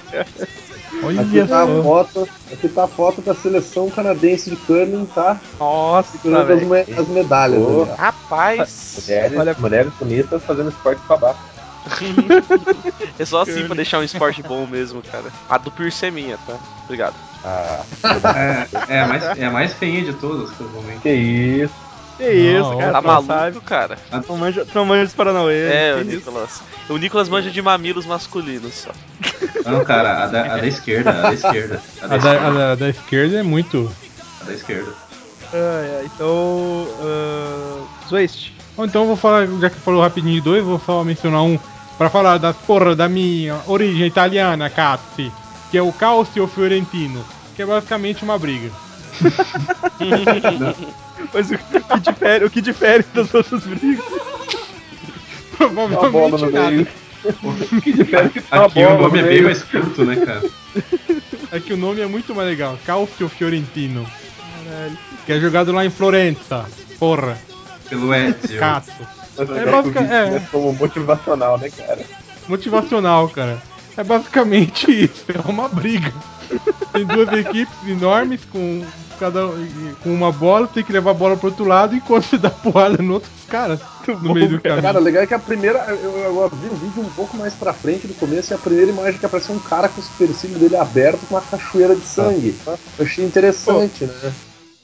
I: Olha
D: tá, a
I: só.
D: foto, aqui tá a foto da seleção canadense de curling, tá?
I: Nossa,
D: Segurando as,
H: velho.
D: me- as medalhas.
H: Pô.
D: ali, ó.
A: Rapaz!
H: Mulheres, mulheres bonitas fazendo esporte babaca.
A: É só assim pra deixar um esporte bom mesmo, cara. A do Pierce é minha, tá? Obrigado.
H: Ah,
E: [laughs] É, é, a mais, é a mais feinha de todas, provavelmente.
H: que [laughs] isso.
F: Que isso,
I: Ah,
A: Não,
F: cara.
A: Tá maluco, cara?
F: tu não sabe. Tu não manja, tu não manja dos Paranauê.
A: É, o
F: que isso.
A: Nicolas. O Nicolas manja de mamilos masculinos só.
E: Não, cara, a É, da, a da esquerda, a da esquerda. A
I: A da,
E: da
I: a
E: esquerda.
I: da- da esquerda é muito.
E: A da esquerda.
F: Ah, é, então. ah, Zwist.
I: Bom, então eu vou falar, já que falou rapidinho de dois, vou só mencionar um pra falar das porra da minha origem italiana, Cazzi, que é o Calcio Fiorentino, que é basicamente uma briga.
F: [laughs] Mas o que difere, o que difere das outras
E: [laughs]
F: brigas?
H: Uma bola
I: Provavelmente
H: no
I: nada. [laughs]
H: meio. que difere que tá uma
E: Aqui
H: bola
E: o
H: no
E: nome é bem
H: meio.
E: mais curto, né, cara?
I: [laughs] É que o nome é muito mais legal, Calcio Fiorentino, que é jogado lá em Florença. Porra,
E: Pelo Ezio.
I: Cazzo.
H: Nossa,
I: É
H: eu gosto do
I: basica-
H: vídeo,
I: é.
H: né, Como motivacional, né, cara?
I: Motivacional, cara. É basicamente [laughs] isso, é uma briga. Tem duas equipes enormes com cada um, com uma bola, tem que levar a bola pro outro lado enquanto você dá porrada no outro os caras no meio do caminho.
D: Cara, o legal é que a primeira. Eu, eu abri o vídeo um pouco mais pra frente do começo e a primeira imagem que apareceu um cara com o supercílio dele aberto com uma cachoeira de sangue. Eu achei interessante, né?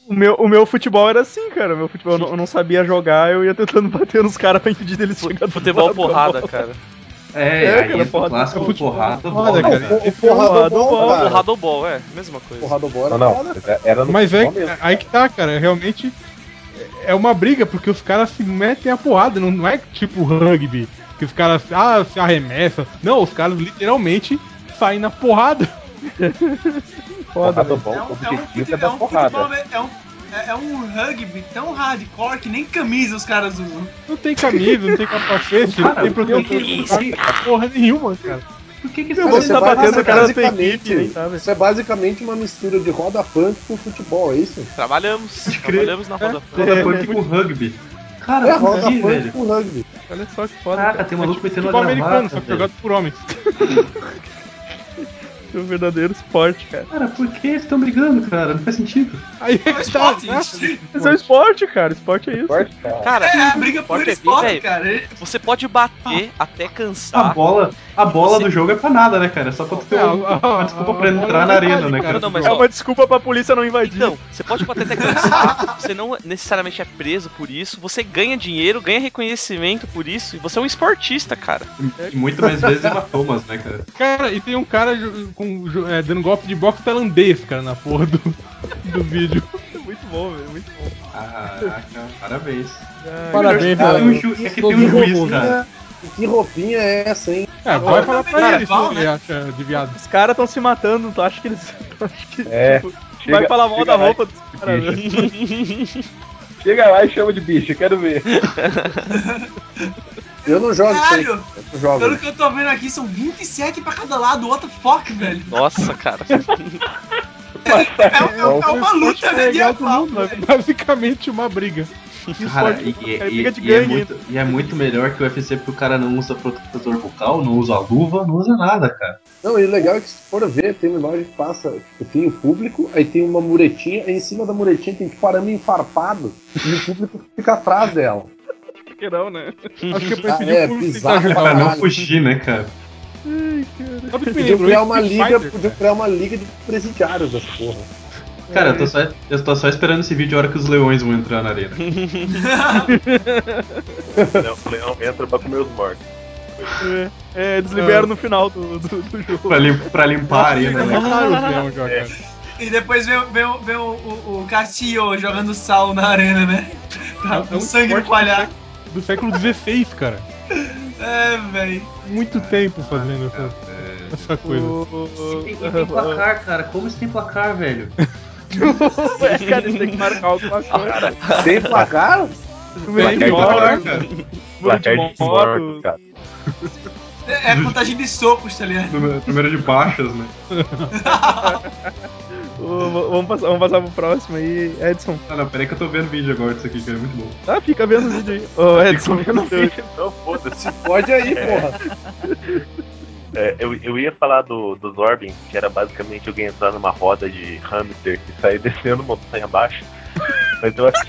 F: O meu, o meu futebol era assim, cara. O meu futebol eu não, eu não sabia jogar, eu ia tentando bater nos caras pra impedir deles chegar do
A: Futebol
F: lado com a
A: porrada,
F: bola.
A: cara.
E: É,
F: É,
E: aí
F: cara,
E: é o
F: porrada-
E: clássico
F: futebol-
E: porrada,
I: porrada,
E: bola,
I: cara.
E: cara.
D: O porrada
F: Porrada,
D: bom,
F: bola.
D: cara.
A: Porrada ou bol, é, mesma coisa.
D: Porrada bom
H: Não,
D: era
H: não.
D: foda.
H: era- Era no
I: Mas é
H: futebol mesmo.
I: aí que tá, cara. Realmente é uma briga, porque os caras se metem a porrada, não, não é tipo rugby, que os caras ah, se arremessam. Não, os caras literalmente saem na
H: [laughs]
I: porrada.
F: Foda,
H: Porrada
F: velho.
H: bom,
C: É um, é um
H: objetivo
C: fute-
H: é
C: é
H: dar
C: um futebol,
H: porrada.
C: né? é um, é- é um rugby tão hardcore que nem camisa os caras usam.
I: Não tem camisa, não tem capacete, não
E: Cara,
I: tem protetor,
E: eu que-
I: não tem porra nenhuma, cara.
E: Por que que
F: Eu
E: esse-
F: vou- tá batendo,
D: basi-
F: o cara tem
D: basicamente-
F: equipe, nem sabe.
D: Isso é basicamente uma mistura de roda punk com futebol, é isso?
A: Trabalhamos,
F: crer.
A: trabalhamos na
E: É?
A: roda
E: Roda punk com rugby.
D: É
E: Cara, por
D: roda
E: que,
D: punk
E: velho?
D: com rugby.
F: Olha só que foda, Tipo,
E: Caraca,
F: cara.
E: tem um maluco metendo a
F: [laughs]
I: Futebol americano,
E: gravata,
I: só que
E: velho.
I: jogado por homens.
F: o É um verdadeiro esporte, cara.
E: Cara, por que eles estão brigando, cara? Não faz sentido.
F: Aí é que tá. Mas é o esporte, cara. Esporte é isso.
A: né? Cara,
F: por
A: é vida, velho. Você pode bater até cansar.
E: A bola, a bola do jogo é pra nada, né, cara? É só pra tu ter um- uma [laughs] desculpa pra entrar na arena, né, cara?
A: Ah, Não, mas,
E: é
A: ó,
E: uma
F: desculpa pra polícia não invadir.
A: Então, você pode bater até cansar, você não necessariamente é preso por isso, você ganha dinheiro, ganha reconhecimento por isso, e você é um esportista, cara.
E: Muito mais vezes hematomas, né, cara?
I: [laughs] Cara, e tem um cara ju- com, ju- é, dando golpe de boxe tailandês, cara, na porra do, do
E: [laughs]
I: vídeo.
F: [laughs] Muito bom, velho. Muito bom. Ah,
E: Caraca, parabéns.
I: Parabéns,
E: cara.
I: Alan.
E: Um ju... É que tem um juiz, cara. Ah,
D: Que roupinha é essa, hein?
I: É,
C: tá
E: vai falar pra
I: Cara, eles, né? ele acha de viado.
F: Os caras estão se matando, tu acha que eles. [laughs] tu acha que,
D: É.
F: tipo,
D: Chega-
F: vai falar mal
D: chega
F: da
D: lá
F: roupa né?
D: e-
F: dos caras, velho.
D: Chega lá e chama de bicho, quero ver. [laughs] eu não jogo isso aí.
C: Caralho!
D: Eu não jogo.
C: Pelo que eu tô vendo aqui, são 27 pra cada lado, what the fuck, velho?
A: Nossa, cara.
C: É, é uma luta, né?
I: Legal do mundo, é basicamente uma briga.
E: Cara, e, e- e- e é
I: né?
E: muito, e é muito melhor que o UFC porque o cara não usa protetor bucal, não usa luva, não usa nada, cara.
D: Não, e o legal é que se for ver, tem uma imagem que passa, tipo, tem o público, aí tem uma muretinha, aí em cima da muretinha tem tipo arame enfarpado e o público fica atrás dela.
F: [laughs] Paquerão, né?
I: Acho que eu um
D: [laughs] Ah,
I: preferi
D: é,
I: o público
D: bizarro.
I: tentar
E: Pra
I: ajudar.
E: não fugir, né, cara?
I: Sabe
F: Tipo
I: o que me
D: Podiam
I: lembrou?
D: criar é uma
I: Street
D: liga,
I: Fighter,
F: né?
D: podiam criar uma liga de presidiários dessa porra.
E: Cara, eu tô, só, eu tô só esperando esse vídeo a hora que os leões vão entrar na arena.
J: O É um leão entra pra comer os mortos.
F: [laughs] É, é, eles liberam no final do, do, do jogo.
E: Pra, lim- pra limpar a arena,
C: é
E: né?
C: um
I: um
C: E depois vem, o- vem, o- vem o, o, o Castillo jogando sal na arena, né? Tá
I: É
C: com
I: um
C: sangue no
I: esporte
C: palhaço.
I: Do século XVI,
E: [laughs]
I: cara.
C: É, velho.
I: Muito tempo fazendo essa, essa coisa.
E: E tem placar, cara. Como isso tem
J: [laughs]
E: placar, velho?
F: é, cara, eles têm que marcar alguma
A: Ah,
F: coisa.
D: Tem placar?
F: Número de mortos, número de mortos.
J: cara.
C: É, é contagem de socos, tá ligado?
E: Número- Número de baixas,
C: [laughs]
E: né?
F: Ô, v- Vamos passar, vamos passar pro próximo aí, Edson.
E: Ah, não, peraí que eu tô vendo vídeo agora disso aqui, que é muito bom.
F: Ah, fica vendo os vídeos
I: [laughs]
F: aí. Ô, Edson,
J: Então,
F: [laughs]
J: foda-se.
D: Pode aí,
J: É.
D: porra.
J: É, eu, eu ia falar do, do Zorbin, que era basicamente alguém entrar numa roda de hamster e sair [laughs] descendo montanha abaixo. Mas eu acho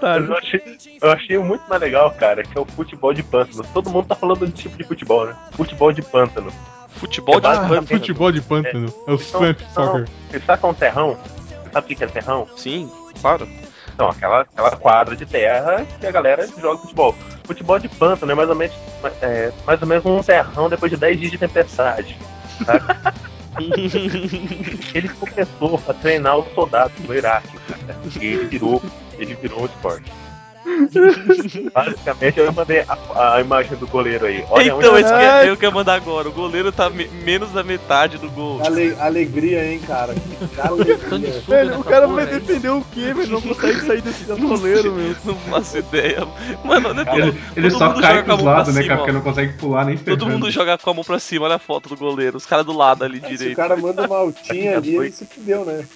I: Tá,
J: Mas [laughs] eu achei, eu achei muito mais legal, cara, que é o futebol de pântano. Todo mundo tá falando desse tipo de futebol, né? Futebol de pântano. É
I: de
A: Futebol
I: pântano. Ah, é Futebol de pântano. É o swamp soccer.
J: Você saca um terrão? Você sabe o que que é terrão?
A: Sim, claro.
J: Então, aquela, aquela quadra de terra que a galera joga futebol. Futebol de pântano é mais ou menos, é, mais ou menos um terrão depois de 10 dias de tempestade.
A: [laughs]
J: Sabe? ele começou a treinar os soldados no Iraque, cara. E ele virou, ele virou um
A: [laughs]
J: esporte. Basicamente, eu mandei a, a imagem do goleiro aí. Olha
A: então,
J: onde
A: esse que é, eu que ia mandar agora. O goleiro tá me- menos da metade do gol.
D: Ale- alegria, hein,
A: [laughs]
D: cara. Que alegria.
E: né,
F: Velho, o cara vai defender o quê, velho? Não consegue sair desse goleiro, meu.
A: Não faço ideia. Mano, olha todo-
E: Ele, ele
A: todo
E: só
A: mundo
E: cai
A: joga com a mão
E: pros
A: pra
E: lados, né,
A: cima,
E: cara?
A: ó.
E: Porque não consegue pular né? nem
A: Todo
E: ferrando.
A: mundo joga com a mão pra cima, olha a foto do goleiro. Os caras do lado ali
D: Se o
A: direito.
D: cara manda uma altinha ali, ele se fudeu, né?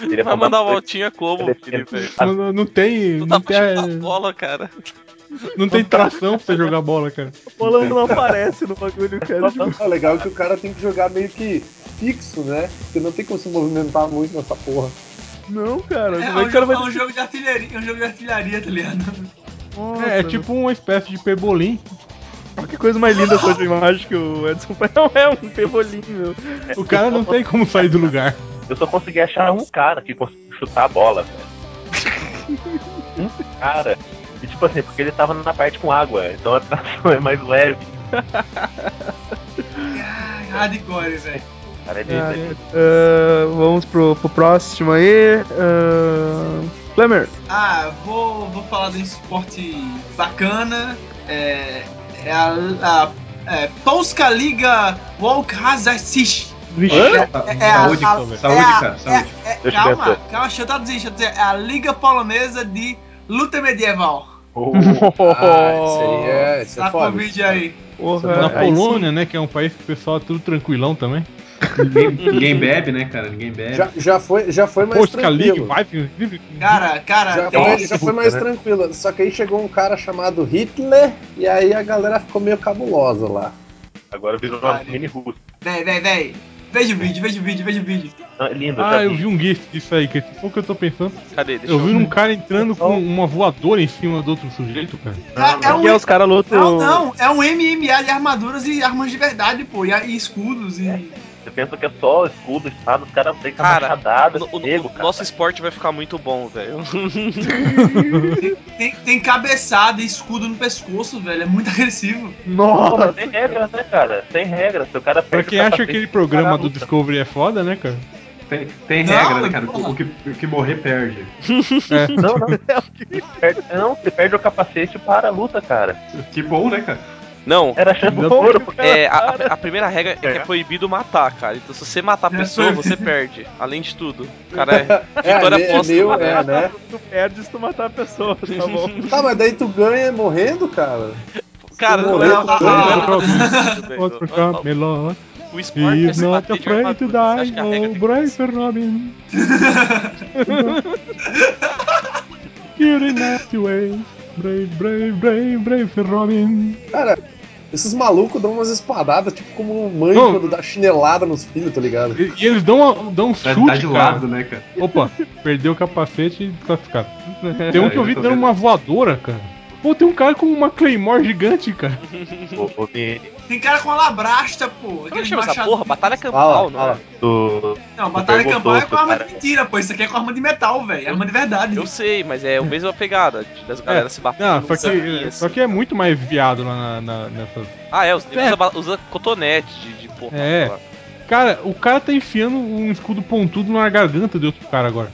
J: Ele
A: Vai mandar uma altinha como, Felipe?
I: Não, não- não tem. Não, tem, é,
A: Bola, cara.
I: não tem tração pra você jogar bola, cara.
F: O bolão não aparece no
D: [laughs]
F: bagulho, cara.
D: O legal é que o cara tem que jogar meio que fixo, né? Porque não tem como se movimentar muito nessa porra.
F: Não, cara.
C: É, é
F: Como é que
C: um,
F: o cara
C: jogo,
F: vai
C: é um jogo de artilharia, é um jogo de artilharia, tá ligado?
I: É, é tipo uma espécie de pebolim.
F: Que coisa mais linda essa outra imagem que o Edson [laughs] faz. Não é um pebolinho, meu.
I: O cara não tem como sair do lugar.
J: Eu só consegui achar um cara que conseguiu chutar a bola,
I: [laughs]
J: velho. um cara. E tipo assim, porque ele tava na parte com água, então a tração é mais leve.
C: Ai, Ah, Hardcore, velho.
J: Cara, ele,
F: Ah, é. Ah, vamos pro, pro próximo aí. Ah, Flamer.
C: Ah, vou, vou falar de um esporte bacana. É, é a, a é, Polska Liga Wolkazasic.
F: Vixe.
C: É, é a-
E: Saúde,
C: a-
E: Clover.
C: é
E: Saúde,
C: a-
E: cara,
C: é-
E: saúde.
C: é-
E: Deixa eu
C: calma,
E: pensar.
C: calma, deixa eu traduzir, deixa eu dizer. É a Liga Polonesa de Luta Medieval.
I: [laughs] Oh,
D: aí é- isso é
C: Tá com o
D: foda.
C: vídeo aí.
I: Na Polônia, né? Que é um país que o pessoal é tudo tranquilão também.
E: Ninguém, ninguém bebe, né, cara? Ninguém bebe.
D: Já, já foi, já foi mais
I: Poxa, League,
D: tranquilo.
I: vai.
C: Cara, cara,
D: Já
C: tem-
D: foi, já foi mais
E: né?
D: tranquilo. Só que aí chegou um cara chamado Hitler e aí a galera ficou meio cabulosa lá.
J: Agora virou uma
I: é.
J: mini russa.
C: Véi, véi, véi. Veja o vídeo, veja o vídeo, veja o vídeo.
J: É lindo,
I: Ah, eu vi um GIF disso aí, que foi o que eu tô pensando.
A: Tá Cadê?
I: eu vi um cara entrando com uma voadora em cima do outro sujeito, cara.
C: Então- É- é um- Aqui é os
I: caras lutam.
C: Não, não, é um MMA de armaduras e armas de verdade, pô, e, e escudos e.
J: Você pensa que é só escudo, espada, os caras têm
A: Cara,
J: machadada,
A: no- no-
J: pego, cara.
A: Nosso esporte vai ficar muito bom, velho.
C: Tem, tem cabeçada e escudo no pescoço, velho. É muito agressivo.
J: Pô, mas tem regra, né, cara? Tem regra. Se o cara
I: Pra
J: perde
I: quem
J: o
I: acha
J: capacete,
I: aquele programa
J: cara,
I: do Discovery é foda, né, cara?
E: Tem, tem
I: Não,
E: regra, né, cara? O que, o que morrer perde.
C: [laughs]
I: É.
J: Não, não, se perde, não, se perde o capacete para a luta, cara.
E: Que bom, né, cara?
A: Não.
J: Era chance
A: Não.
J: de ouro, porque
A: É, a, a primeira regra é que é proibido matar, cara. Então se você
C: É.
A: matar a pessoa, você perde. Além de tudo. Cara, é
D: [laughs]
A: vitória
D: é,
A: póstuma,
D: meu,
A: né?
D: é, né?
F: Tu perde se tu matar a pessoa, tá bom?
D: Tá, mas daí tu ganha morrendo, cara.
A: Cara,
D: não,
A: não era- não era-
I: Outro campo melhor.
A: O esporte é
I: He's
A: se
I: not
A: bater de
I: afraid to
A: armadura.
I: die, oh, Bryce
A: assim? [laughs]
I: Robin. You're in that way. Brave, brave, brave, brave Robin.
D: Cara, esses malucos dão umas espadadas, tipo como mãe
I: Não.
D: quando dá chinelada nos filhos, tá ligado?
I: E, e eles dão, dão um chute,
E: tá de lado, né, cara?
I: Opa, perdeu o capacete e classificado. Tem um que eu vi
E: É, tô
I: dando
E: vendo.
I: uma voadora, cara. Pô, tem um cara com uma Claymore gigante, cara.
J: Ô, ô, Vini,
C: Tem cara com alabrasta, pô. Como
A: chama essa
C: porra?
A: Batalha
C: campal,
A: não é?
J: do-
C: Não, batalha
A: Super
C: campal é com
A: gostoso,
C: arma
A: cara.
C: de mentira, pô. Isso aqui é com arma de metal, velho. Arma de verdade.
A: Eu sei, mas
C: [laughs]
A: é a mesma pegada de- das galera se batendo.
I: É. Não, só
A: sanguinho,
I: que,
A: assim.
I: só que é muito mais viado lá na, na, nessas.
A: Ah, é, os negros usa, usa cotonete de, de porra.
I: É. Cara, o cara tá enfiando um escudo pontudo na garganta de outro cara agora.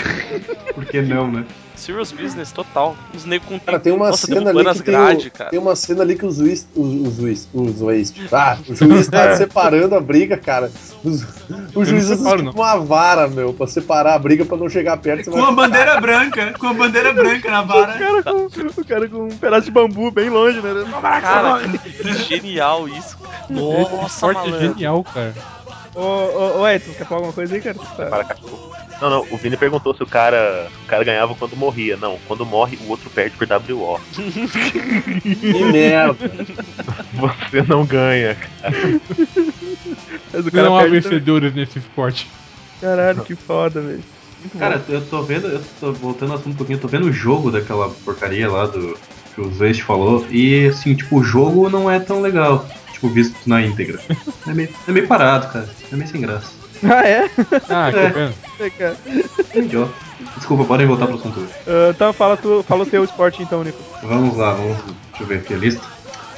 E: [laughs] Por que não, né?
A: Serious business total. Os negros com
D: Cara, tem uma
A: Nossa,
D: cena
A: derrubando
D: ali
A: as
D: que tem,
A: grade,
D: o-
A: cara.
D: tem um- uma cena ali que o juiz, o, o juiz, o juiz, ah, o juiz tá separando a briga, cara. O, ju- o
C: Eu
D: juiz usa
C: não separo,
D: tipo uma vara, meu, pra separar a briga pra não chegar
E: É
D: perto. você
C: Com
D: vai-
C: a bandeira branca, com a bandeira branca na vara.
F: O cara com, o cara com um pedaço de bambu bem longe, né?
A: Cara, genial isso. Nossa,
I: Forte
A: malandro.
I: genial, É cara.
F: Ô, ô, ô Edson, quer falar alguma coisa aí, cara? Tá. [laughs]
J: Para, cachorro. Não, não, o Vini perguntou se o cara, o cara ganhava quando morria. Não, quando morre, o outro perde por WO.
D: Que
I: [laughs]
F: É,
D: merda.
J: Você não ganha, cara.
F: Mas o cara
I: Não há
F: perde
I: vencedores nesse esporte.
F: também. Caralho, que foda, velho. Muito bom.
E: Cara, eu tô vendo, eu tô voltando ao assunto um pouquinho, eu tô vendo o jogo daquela porcaria lá do que o Zeste falou, e assim, tipo, o jogo não é tão legal, tipo, visto na íntegra. É meio, é meio parado, cara. É meio sem graça.
F: Ah, é? [laughs]
I: Ah,
E: que
I: pena.
F: É, cara.
E: Idiota. Desculpa, podem voltar pro assunto.
F: Ah, então fala, tu, fala o teu esporte então,
C: [laughs]
F: Nico.
E: Vamos lá, vamos. Deixa eu ver aqui a lista.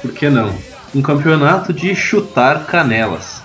E: Por que não? Um campeonato de chutar canelas.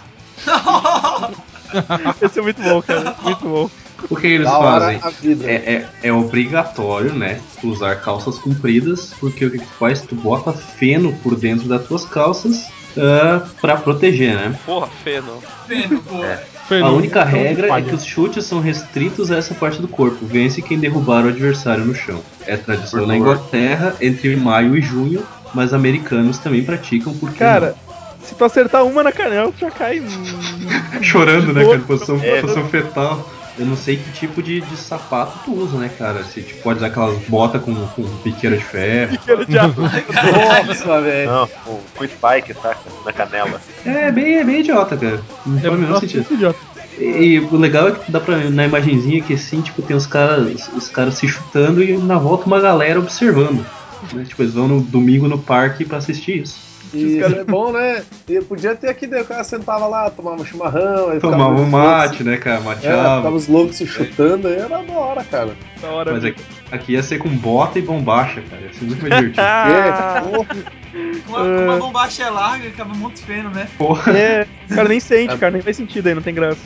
F: Esse é muito bom, cara. Muito bom.
E: O que eles
F: Da hora
E: fazem?
F: a vida.
E: É, é- é obrigatório, né? Tu usar calças compridas, porque o que, que tu faz? Tu bota feno por dentro das tuas calças ah, pra proteger, né?
A: Porra, feno.
C: Feno,
D: É.
C: porra.
E: A
A: né?
E: única
A: Então,
E: regra é que os chutes são restritos a essa parte do corpo. Vence quem derrubar o adversário no chão. É tradição na Inglaterra entre maio e junho, mas americanos também praticam porque.
F: Cara, se tu acertar uma na canela, tu já cai. hum,
E: [laughs] Chorando, né,
F: de
E: cara?
F: novo.
E: Posição,
F: É.
E: posição fetal. Eu não sei que tipo de, de sapato tu usa, né, cara? Se tipo, pode usar aquelas botas com, com piqueira de ferro.
F: Piqueira
E: [laughs]
F: de aço.
D: Nossa, velho.
J: Não, com, com spike, saca? Na canela.
E: É bem, é bem idiota, cara. Não faz
F: É
E: o menor
I: bastante
E: sentido. E, e o legal é que dá pra na imagenzinha que assim, tipo, tem os caras, os caras se chutando e na volta uma galera observando. né? Tipo, eles vão no domingo no parque pra assistir isso.
D: E é bom, né? E podia ter aqui, daí o cara sentava lá, tomava um chimarrão, aí
E: Tomava
D: ficava
E: um
D: os
E: mate, né, cara?
D: loucos- É, ficava
E: Mateava.
D: os loucos se chutando, aí era da hora, cara.
F: Da hora.
E: Mas aqui, aqui ia ser com bota e bombacha, cara. Ia ser muito mais
F: [laughs]
E: divertido.
F: É. Ah.
C: Com uma, com uma bombacha é larga, acaba um monte de feno, né?
E: Porra.
F: É, o cara nem
E: [laughs]
F: sente, cara, nem faz sentido aí, não tem graça.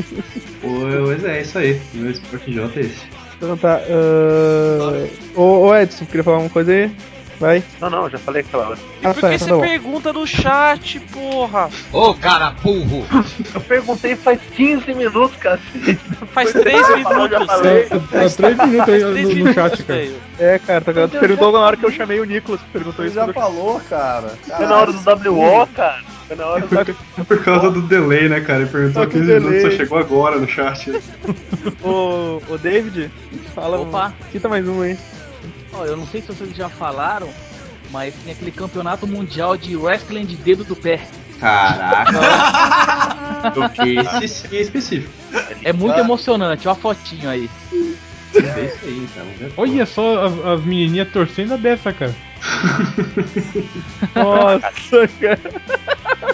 F: [laughs]
E: Pô, Mas é isso aí. Meu esporte idiota é esse.
F: Então tá. ah, Ô, ô Edson, queria falar uma coisa aí? Vai.
J: Não, não, já falei aquela hora.
F: Ah,
A: Por
F: tá,
A: que
F: então
A: você
F: tá bom.
A: pergunta no chat, porra?
L: Ô, cara burro!
J: Eu perguntei faz 15 minutos, cara.
A: Faz três minutos.
J: Já falei.
I: Tá três minutos aí no, no chat, cara.
F: É, cara, tá, tu
D: Deus,
F: perguntou
D: já-
F: na hora que eu chamei o Nicolas, tu perguntou isso.
D: já
F: quando eu-
D: falou, cara.
J: Foi na hora do WO, cara. Foi na hora do
E: É Por causa do delay, né, cara? Ele
F: Só
E: perguntou
F: É Ah, que
E: 15 minutos,
F: delay.
E: só chegou agora no chat.
F: Ô, ô David, fala.
M: Opa.
F: Cita mais um aí.
M: Ó, eu não sei se vocês já falaram, mas tem aquele campeonato mundial de wrestling de dedo do pé. [laughs]
E: Caraca. Eu fiquei espe- específico.
M: É muito emocionante, ó a fotinho aí.
E: É isso aí, cara.
I: Olha só as, as menininhas torcendo a beça,
E: [laughs]
I: cara.
M: [laughs]
F: Nossa, cara.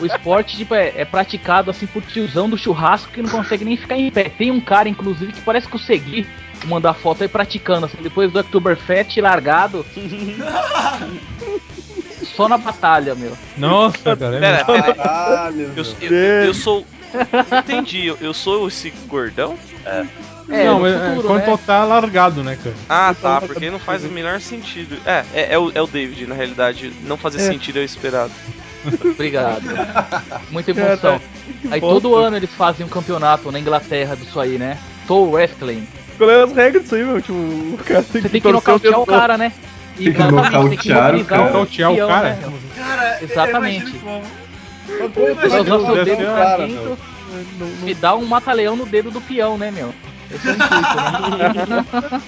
M: O esporte tipo, é, é praticado assim por tiozão do churrasco que não consegue nem ficar em pé. Tem um cara, inclusive, que parece conseguir mandar foto aí praticando, assim, depois do Oktoberfest largado. Só na batalha, meu.
I: Nossa, cara. é
A: Pera,
I: muito-
A: pera.
D: Ah,
A: eu, eu, eu, eu sou. Entendi, eu, eu sou esse gordão? É. né?
I: não, é, é,
F: né?
I: quando tá largado, né, cara?
A: Ah, tá, porque não faz o menor sentido. É, é, é o, é o David, na realidade. Não fazer
M: É.
A: sentido é o esperado.
M: Obrigado. [laughs] Muita emoção.
F: tá
M: Aí todo ano eles fazem um campeonato na Inglaterra disso aí, né? Soul Wrestling.
F: Qual é as regras disso aí, meu? Tipo, o cara tem
M: Você tem que
F: torcer
M: nocautear o
F: dedão.
M: cara,
F: [laughs]
M: né?
F: Tem que nocautear o cara. Nocautear o
M: campeão,
F: cara?
M: né?
C: Cara,
M: Exatamente.
C: Mas
M: Você usar
C: não
M: seu
C: deve
M: dedo
C: ser um
M: pra
C: cara,
M: dentro e dá um mata-leão no dedo do peão, né, meu? Esse é o intuito, né?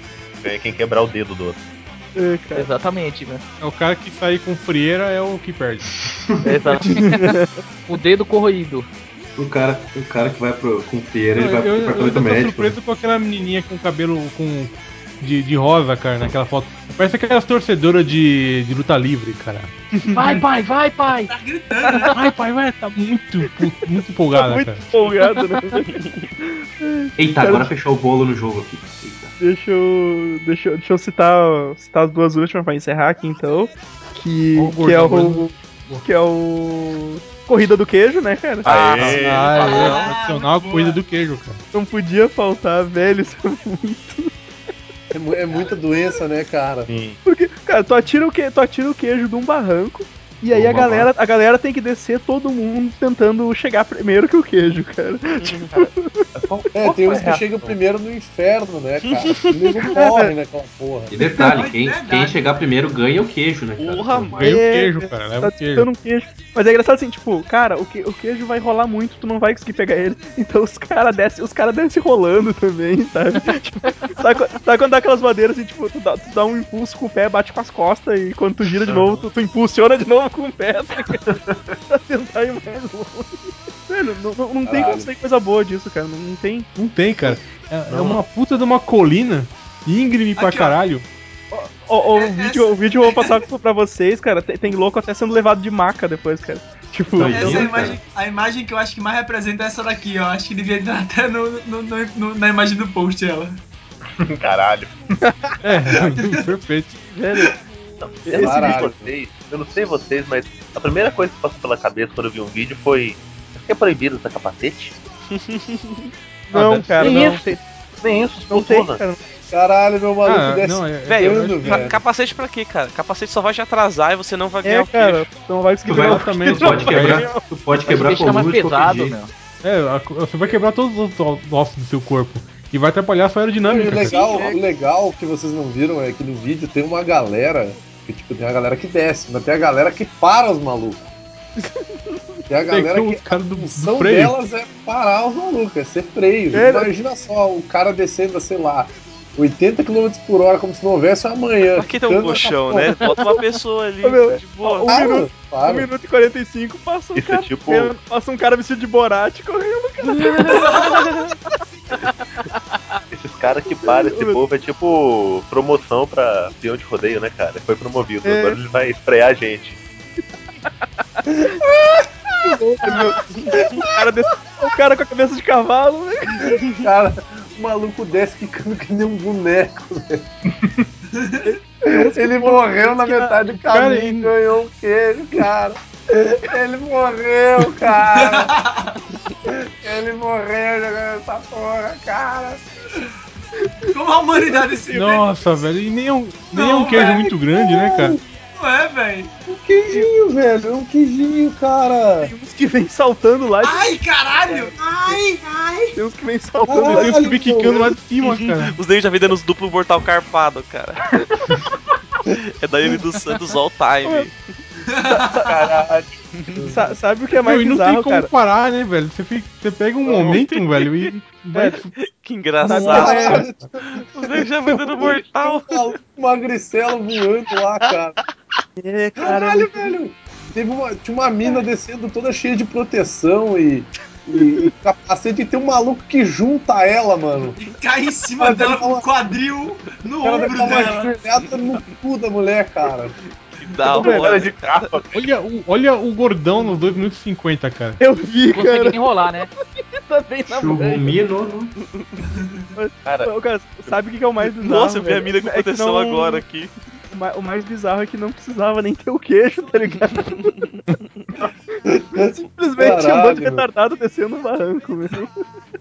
F: [laughs]
J: Ganha quem quebrar o dedo do outro.
F: É,
M: Exatamente, né?
I: É o cara que sair com frieira é o
M: [laughs]
I: que perde. [laughs]
M: o dedo corroído.
E: O cara, o cara que vai pro, com frieira, ele
I: Eu,
E: vai pro
I: eu, eu
E: departamento
I: tô
E: médico. né?
I: surpreso com aquela menininha com cabelo com de, de rosa, cara, naquela foto. Parece aquelas torcedoras de, de luta livre, cara.
M: Vai, pai, vai, pai!
C: Tá gritando, né?
I: Vai, pai, vai, tá muito, pu- muito empolgada,
F: Muito
I: cara.
F: empolgado, né?
E: Eita,
F: Cara,
E: agora fechou o bolo no jogo aqui.
F: Deixa eu, deixa, eu- deixa eu citar, citar as duas últimas pra encerrar aqui então. Que,
I: Ô, gordo,
F: que é o.
I: gordo.
F: Que é o. Corrida do queijo, né, cara?
I: Aê, ah, é tradicional corrida do queijo, cara.
F: Não podia faltar, velho, isso é muito.
D: É, mu- é muita doença, né, cara? Sim.
F: Porque, cara, tu atira o, que, tu atira o queijo de um barranco. E aí a
D: Uma
F: galera, a galera tem que descer todo mundo tentando chegar primeiro que o queijo, cara. Tipo,
D: É, tem uns que chegam primeiro no inferno, né, [laughs] cara? Eles não morrem naquela porra.
E: E detalhe, quem, quem chegar primeiro ganha o queijo, né, cara? Porra,
I: Ganha o um queijo, cara.
F: tá
I: Leva o queijo.
F: disputando um queijo. Mas é engraçado assim, tipo, cara, o, que, o queijo vai rolar muito, tu não vai conseguir pegar ele. [laughs] Então os caras descem, os caras descem rolando também, sabe? [laughs] tipo, sabe, quando- sabe quando dá aquelas madeiras assim, tipo, tu dá, tu dá um impulso com o pé, bate com as costas e quando tu gira de novo, tu, tu impulsiona de novo com o pé, tá ligado? [laughs] pra tentar ir mais longe. Velho, não, não, não tem como
I: Caralho.
F: sair coisa boa disso, cara. Não, não tem.
I: Não tem, cara. É, é
F: Não.
I: uma puta de uma colina íngreme pra
F: Aqui, ó. [laughs]
I: caralho.
F: Ó, ó,
C: É,
F: o, vídeo, o vídeo eu vou passar pra vocês, cara. Tem, tem louco até sendo levado de maca depois, cara. Tipo,
C: Essa é a imagem, a imagem que eu acho que mais representa é essa daqui, ó. Acho que devia entrar até no, no- no- no- na imagem do post ela.
A: [laughs]
J: Caralho.
I: É, [laughs] perfeito.
F: Velho.
J: Eu não, sei
F: Caralho.
J: vocês, eu não sei vocês, mas a primeira coisa que passou pela cabeça quando eu vi um vídeo foi. Será que é proibido usar capacete?
F: Não,
J: deve
F: cara,
J: ser.
F: não.
J: Nem isso. Nem isso,
F: Não tem,
J: funciona.
F: cara.
D: Caralho, meu maluco
F: Ah,
D: desce.
F: é-
A: Velho,
D: andando,
A: ca-
D: velho.
A: capacete pra quê, cara? Capacete só vai te atrasar e você não vai ganhar
F: É,
A: o queijo.
F: cara, tu não vai conseguir
A: Tu vai-
F: ganhar
I: [laughs]
F: o
A: também, tu
F: queijo.
A: pode quebrar-
E: tu pode
A: quebrar
E: a coluna de qualquer jeito.
I: É, a- você vai quebrar todos os os ossos do seu corpo. E vai atrapalhar a sua
D: E
I: aerodinâmica.
D: o
I: cara.
D: legal, o legal que vocês não viram é que no vídeo tem uma galera. Que, tipo, tem a galera que desce, mas tem a galera que para os malucos. um- Tem a galera
I: Pegou
D: que.
I: os caras do,
D: A
I: do
D: função
I: freio.
D: delas é parar os malucos, é ser freio.
I: É,
D: Imagina só o cara descendo, a, sei lá, 80 km por hora, como se não houvesse amanhã.
A: Aqui tem um colchão, né? Bota uma pessoa ali. tá
F: Ô, meu,
A: de
F: ó,
A: boa.
F: um, minuto,
D: claro.
F: um minuto e 45 passa um
J: Isso é
F: cara.
J: tipo-
F: correndo, Passa um cara vestido de borate correndo,
D: [laughs]
F: cara.
J: Esses caras que param esse povo é tipo promoção pra peão de rodeio, né, cara? Foi promovido,
F: É.
J: agora ele vai estrear a gente.
F: o, Um cara desse, o cara com a cabeça de cavalo, né?
D: Cara, o maluco desce ficando que nem
I: [laughs]
D: um boneco, velho. Ele morreu na metade do
I: Cara,
D: caminho, né? ganhou o queijo, cara.
I: [laughs]
D: Ele morreu,
C: [laughs]
D: cara. Ele morreu jogando essa porra, cara.
C: Como a humanidade se
I: Nossa, velho, e nem é um, nem é
C: Não,
I: um queijo
C: velho.
I: muito grande, né, cara?
C: Não é, velho?
D: Um queijinho, velho. Um queijinho, cara.
F: Tem uns que vem saltando lá.
C: Ai, caralho! Ai, ai!
F: Tem uns que vem saltando.
C: assim,
I: Tem uns que vem quicando lá de cima,
F: É.
I: cara.
A: Os David já vem dando os duplos mortal carpado, cara. [laughs] é da M dos Santos all time.
C: Ah!
J: Caralho.
F: [laughs] Sa- sabe o que é mais
I: Meu, e não tem
F: bizarro,
I: como
F: cara?
I: parar, né, velho? Você, fica- você pega um momento, velho, e vai. é.
A: Que engraçado.
D: Caralho.
C: é
D: [laughs]
A: Os David já vem dando mortal.
D: Magricelo voando lá, cara. [laughs] É, Caralho, velho! Teve uma, tinha uma mina descendo toda cheia de proteção e, e, e capacete e tem um maluco que junta ela, mano. E
C: cai em cima dela com o quadril no ombro dela.
D: joelhada no cu da mulher, cara.
A: Que da
I: hora.
A: de capa.
I: Olha o, olha o gordão nos 2 minutos e 50, cara. um
F: Eu vi,
M: Consegui enrolar,
F: [laughs]
M: né?
F: Também Tá na
I: Churrumia
F: Cara, não, cara, sabe o que que é o mais bizarro?
A: Nossa, eu vi a
F: velho?
A: mina com
F: É que
A: proteção
F: não-
A: agora aqui.
F: O ma- o mais bizarro é que não precisava nem ter o queixo,
D: [laughs]
F: tá ligado? Simplesmente tinha um
D: Caralho,
F: monte de
D: meu.
F: retardado descendo um barranco, meu.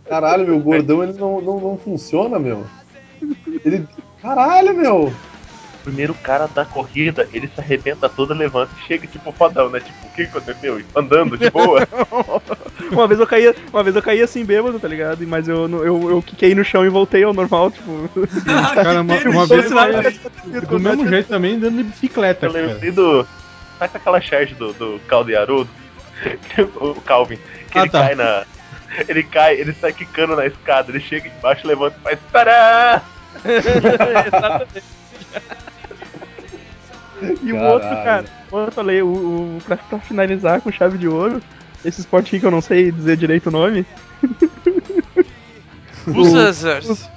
D: Caralho, meu, o gordão ele não, não, não funciona, meu. Ele. Caralho, meu!
J: Primeiro cara da corrida, ele se arrebenta todo, levanta e chega tipo fodão, né? Tipo, o que aconteceu? Andando de boa.
F: [laughs] uma vez eu caí, uma vez eu caí assim bêbado, tá ligado? Mas eu não- eu, eu quiquei no chão e voltei ao normal, tipo.
I: Ah,
F: [laughs] um
I: Cara, uma, uma
F: Como
I: vez
F: se nada
I: eu caí
F: tivesse acontecido,
I: do
F: como se nada
I: mesmo jeito também andando de bicicleta,
J: Eu
I: cara.
J: lembrei do. Sabe aquela charge do, do Caldo e Haroldo? [laughs] o Calvin. Que
I: Ah,
J: ele
I: tá.
J: cai na. Ele cai, ele sai quicando na escada, ele chega embaixo, levanta e faz. Tará!
F: Exatamente. E o
J: Caralho.
F: outro, cara, como eu falei, o, o, pra, pra finalizar com chave de ouro, esse esporte aqui que eu não sei dizer direito o nome.
A: Buzzers.
F: Os.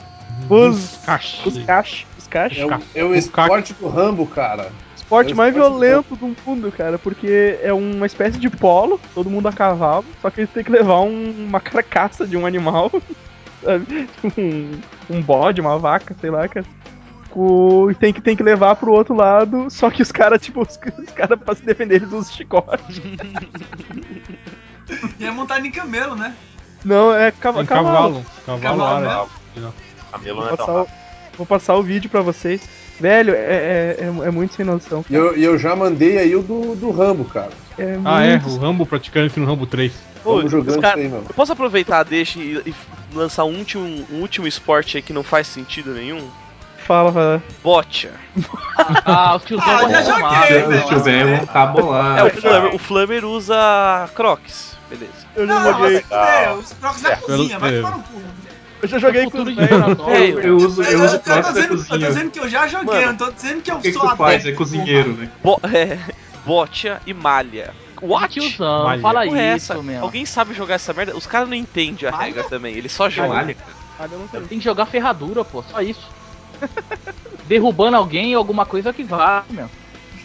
F: Os.
I: Cash.
F: Os cash. Os cash.
D: É o, é o esporte do Rambo, cara.
F: esporte
D: É o
F: mais
D: esporte
F: violento do mundo, cara, porque é uma espécie de polo, todo mundo a cavalo, só que eles têm que levar um- uma carcaça de um animal, [laughs] sabe? um, um bode, uma vaca, sei lá, cara. Com- E tem que, tem que levar pro outro lado, só que os caras, tipo, os, os caras pra se defender eles usam chicote.
C: E é montado em camelo, né?
F: Não, é cava-
I: Em
F: cavalo.
I: cavalo.
C: Cavalo
I: Cavalo
E: né?
I: árabe.
J: Camelo
F: Vou
J: não é
F: passar,
J: tão
F: o, vou passar o vídeo pra vocês. Velho, é, é, é- é muito sem noção.
D: E eu, e eu já mandei aí o do, do Rambo, cara.
F: É
I: Ah, é,
F: muito
I: o Rambo praticando isso no Rambo 3.
A: Ô,
D: Vamos jogando
A: cara,
D: isso aí, mano.
A: Eu posso aproveitar, deixa e, e lançar um último, um último esporte aí que não faz sentido nenhum?
F: Fala, fala.
A: Bocha.
M: Ah, o tiozão vai reclamar.
C: É,
E: Se tiver, eu tá bolado.
A: É, o Flammer, o Flammer usa Crocs. Beleza.
F: Eu
C: Não,
F: já
C: não,
F: joguei.
C: mas é, os trocos na cozinha, vai
I: pelo-
C: tomar no cu.
F: Eu já joguei com os velhos.
M: geratório,
A: É, eu-
E: Eu uso, eu uso
C: eu, tô
E: próximo da
C: dizendo, eu tô
E: cozinha.
C: dizendo que eu já joguei, eu não tô dizendo que eu
E: O que, que
C: sou
E: tu faz?
C: adepto.
E: É cozinheiro, né?
A: Bo [laughs] é, bocha e malha. What?
M: Tiozão,
I: Malha.
M: fala
A: Porra, é
M: isso,
A: essa?
M: meu.
A: Alguém sabe jogar essa merda? Os caras não entendem a
C: Malha?
A: regra também, eles só jogam.
E: Malha.
F: Olha, eu não sei.
M: Tem que jogar ferradura, pô, só isso. Derrubando alguém ou alguma coisa que vá, meu.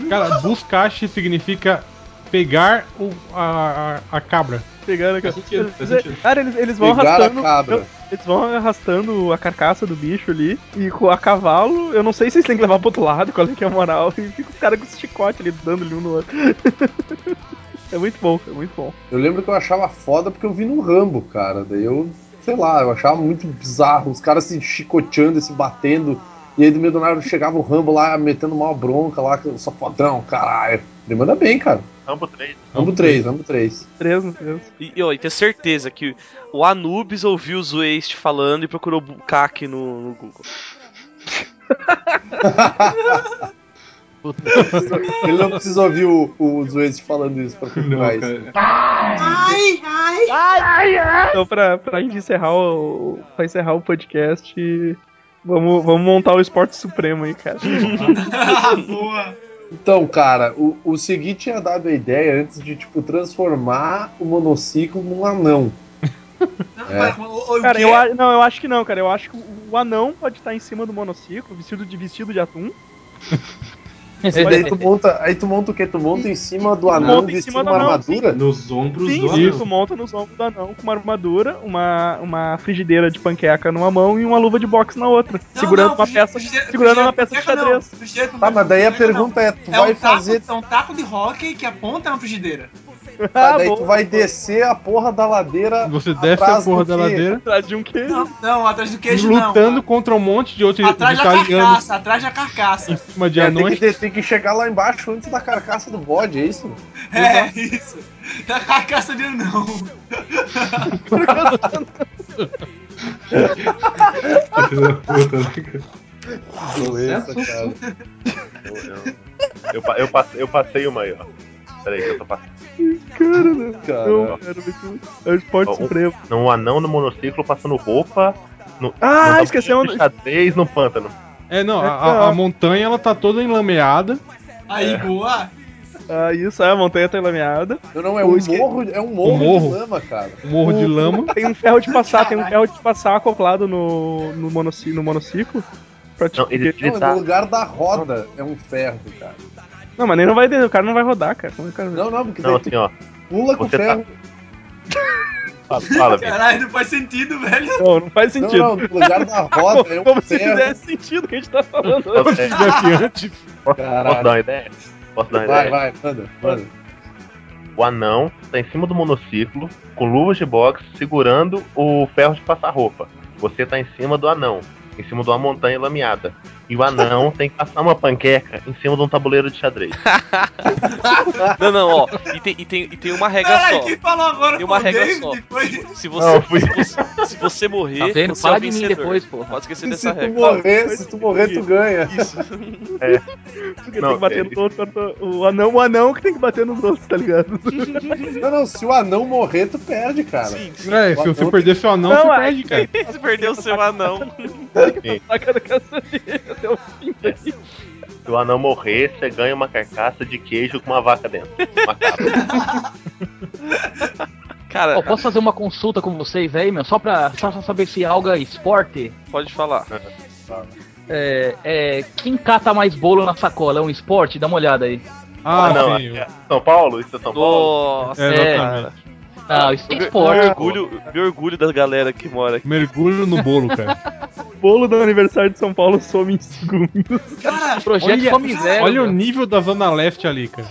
I: Cara, buscache significa pegar o, a, a, a cabra.
F: Pegando, cara.
E: Faz sentido, faz
F: Eles-
E: sentido.
F: Cara, eles, eles vão
D: Pegar a
F: arrastando.
D: cabra.
F: Eles vão arrastando a carcaça do bicho ali. E com a cavalo, eu não sei se eles têm que levar pro outro lado, qual é que é a moral. [laughs] E fica os caras com os chicote ali dando ali um no outro. [laughs] é muito bom, é muito bom.
D: Eu lembro que eu achava foda porque eu vi no Rambo, cara. Daí eu, sei lá, eu achava muito bizarro. Os caras se chicoteando e se batendo. E aí do meio do nada chegava o Rambo lá, metendo mal bronca lá, que eu sou fodão, caralho. Ele manda bem, cara.
J: Rambo 3.
D: Rambo 3, Rambo 3.
F: Três,
E: né?
F: no três.
A: E, e, ó, e tenho certeza que o Anubis ouviu os Waste falando e procurou Bukaki no, no Google.
D: Ele não precisa ouvir o, o Zuez falando isso pra quem
E: Não,
D: faz.
E: cara.
C: Ai, ai,
F: Então, pra, pra gente encerrar o, pra encerrar o podcast, vamos, vamos montar o esporte supremo aí, cara. [laughs]
C: Ah, [laughs] boa.
D: Então, cara, o, o Segui tinha dado a ideia antes de, tipo, transformar o monociclo num anão.
C: Não,
D: É.
C: mas, o- o- o
F: Cara,
C: quê?
F: eu, a- não, eu acho que não, cara. Eu acho que o anão pode estar em cima do monociclo, vestido de vestido de atum.
D: E
C: é
D: daí tu monta, aí tu monta o quê? Tu monta em cima do anão
F: monta em
D: vestindo
F: cima do
D: uma
F: anão,
D: armadura?
E: Nos ombros
F: Sim,
E: do
F: sim,
E: anão.
F: tu monta nos ombros do anão com uma armadura, uma, uma frigideira de panqueca numa mão e uma luva de boxe na outra.
C: Não,
F: segurando
C: não,
F: uma
C: fugi-
F: peça.
C: fugideiro-
F: segurando
C: fugideiro
F: uma peça de
C: não,
F: xadrez.
C: fugideiro não,
D: Tá, mas daí a
C: fugideiro não.
D: pergunta é, tu
C: É
D: vai
C: um taco,
D: fazer,
C: é um taco de hockey que aponta na frigideira.
D: tá, daí
F: boa.
D: tu vai descer a porra da ladeira.
I: Você desce a
D: atrás
I: porra
D: do
I: da
D: quê?
I: ladeira
F: Atrás de um queijo.
C: Não, não, atrás do queijo
I: lutando
C: não.
I: contra um monte de outros
C: Atrás da
I: italianos
C: carcaça, atrás da
I: em
C: carcaça.
I: cima de
D: É, tem,
I: anões.
D: que, ter- tem que chegar lá embaixo antes da carcaça do bode, é isso?
C: É, isso. Da carcaça
D: [laughs]
C: de não.
E: Filho da puta, né?
D: Doença, cara.
J: Eu, eu, eu, pa- eu passei, eu passei uma aí, ó. Peraí, que eu tô passando.
D: Cara,
F: cara, mas é o esporte
J: Ó, um-
F: supremo.
J: Um anão no monociclo passando roupa. No,
F: Ah,
J: no-
F: esqueceu
J: no xadrez no pântano.
I: É, não,
F: É,
I: a- a, a
F: tá.
I: montanha ela tá toda enlameada.
F: É.
C: Aí, boa!
F: Ah, isso, é a montanha tá lameada.
D: Não, não, é um morro- é um morro de lama, cara.
F: Um
D: morro de lama.
F: Tem um ferro de passar, tem um ferro de passar acoplado no, no, monoci- no monociclo. Pra, tipo, que-
D: Não,
J: tá-
D: é no lugar da roda é um ferro, cara.
F: Não, mas nem não vai, o cara não vai rodar, cara. Como é que o cara...
D: Não, não, porque
J: Não, assim, ó.
D: Pula com
F: Você tá-
D: ferro.
J: Fala,
C: [laughs]
J: fala, Bento.
C: Caralho, não faz sentido, velho.
F: Não, não faz sentido.
D: Não, não, no lugar da
A: [laughs]
D: roda é um
F: [laughs] Como se
D: ferro.
F: fizesse sentido o que a gente tá falando.
J: Posso, [laughs]
D: Desafiante.
J: posso
D: assim Caralho.
J: dar uma ideia? Posso dar uma
D: Vai,
J: ideia?
D: vai, manda, manda.
J: O anão tá em cima do monociclo, com luvas de boxe, segurando o ferro de passar roupa. Você tá em cima do anão, em cima de uma montanha lameada. E o anão tem que passar uma panqueca em cima de um tabuleiro de xadrez.
A: [laughs] Não, não, ó. E tem, e tem, e tem uma regra
C: Caralho,
A: só.
C: quem falou agora
A: Tem uma
C: foi o
A: regra
C: David,
A: só.
C: foi?
A: Se você,
C: Não,
A: se você, se você morrer,
M: Tá vendo?
A: você é
M: Fala
A: o
M: de mim
A: vencedor.
M: depois, porra.
A: Pode esquecer
M: E
A: dessa
M: se tu
A: regra.
D: morrer, se tu morrer, tu ganha.
A: Isso.
J: É.
F: [laughs] Porque
D: Não,
F: tem que bater
D: é-
F: no outro, outro- o anão, o anão que tem que bater nos outros, tá ligado?
D: Não, não, se o anão morrer, tu perde, cara.
I: É, se você perder seu anão, você
F: é.
M: é
I: perde, cara.
F: [laughs]
A: Você perdeu seu anão.
F: Tá [laughs]
J: Se o anão morrer, você ganha uma carcaça de queijo com uma vaca dentro. Uma capa.
A: Cara,
M: Ó, posso fazer uma consulta com vocês aí, meu? Só pra, só pra saber se alga esporte.
A: Pode falar.
J: tá.
M: É, é, quem cata mais bolo na sacola? É um esporte? Dá uma olhada aí.
I: Ah,
M: [laughs]
J: não,
I: sim.
J: é São Paulo? Isso é São Paulo?
A: Nossa,
M: É,
A: cara.
M: Ah, isso é
A: Meu-
M: esporte.
A: Meu orgulho, meu orgulho da galera que mora aqui.
I: Mergulho no bolo, cara.
F: O bolo do aniversário de São Paulo some em segundos.
M: Cara, projeto
I: olha,
M: só miséria.
I: olha o nível da Zona Leste ali, cara.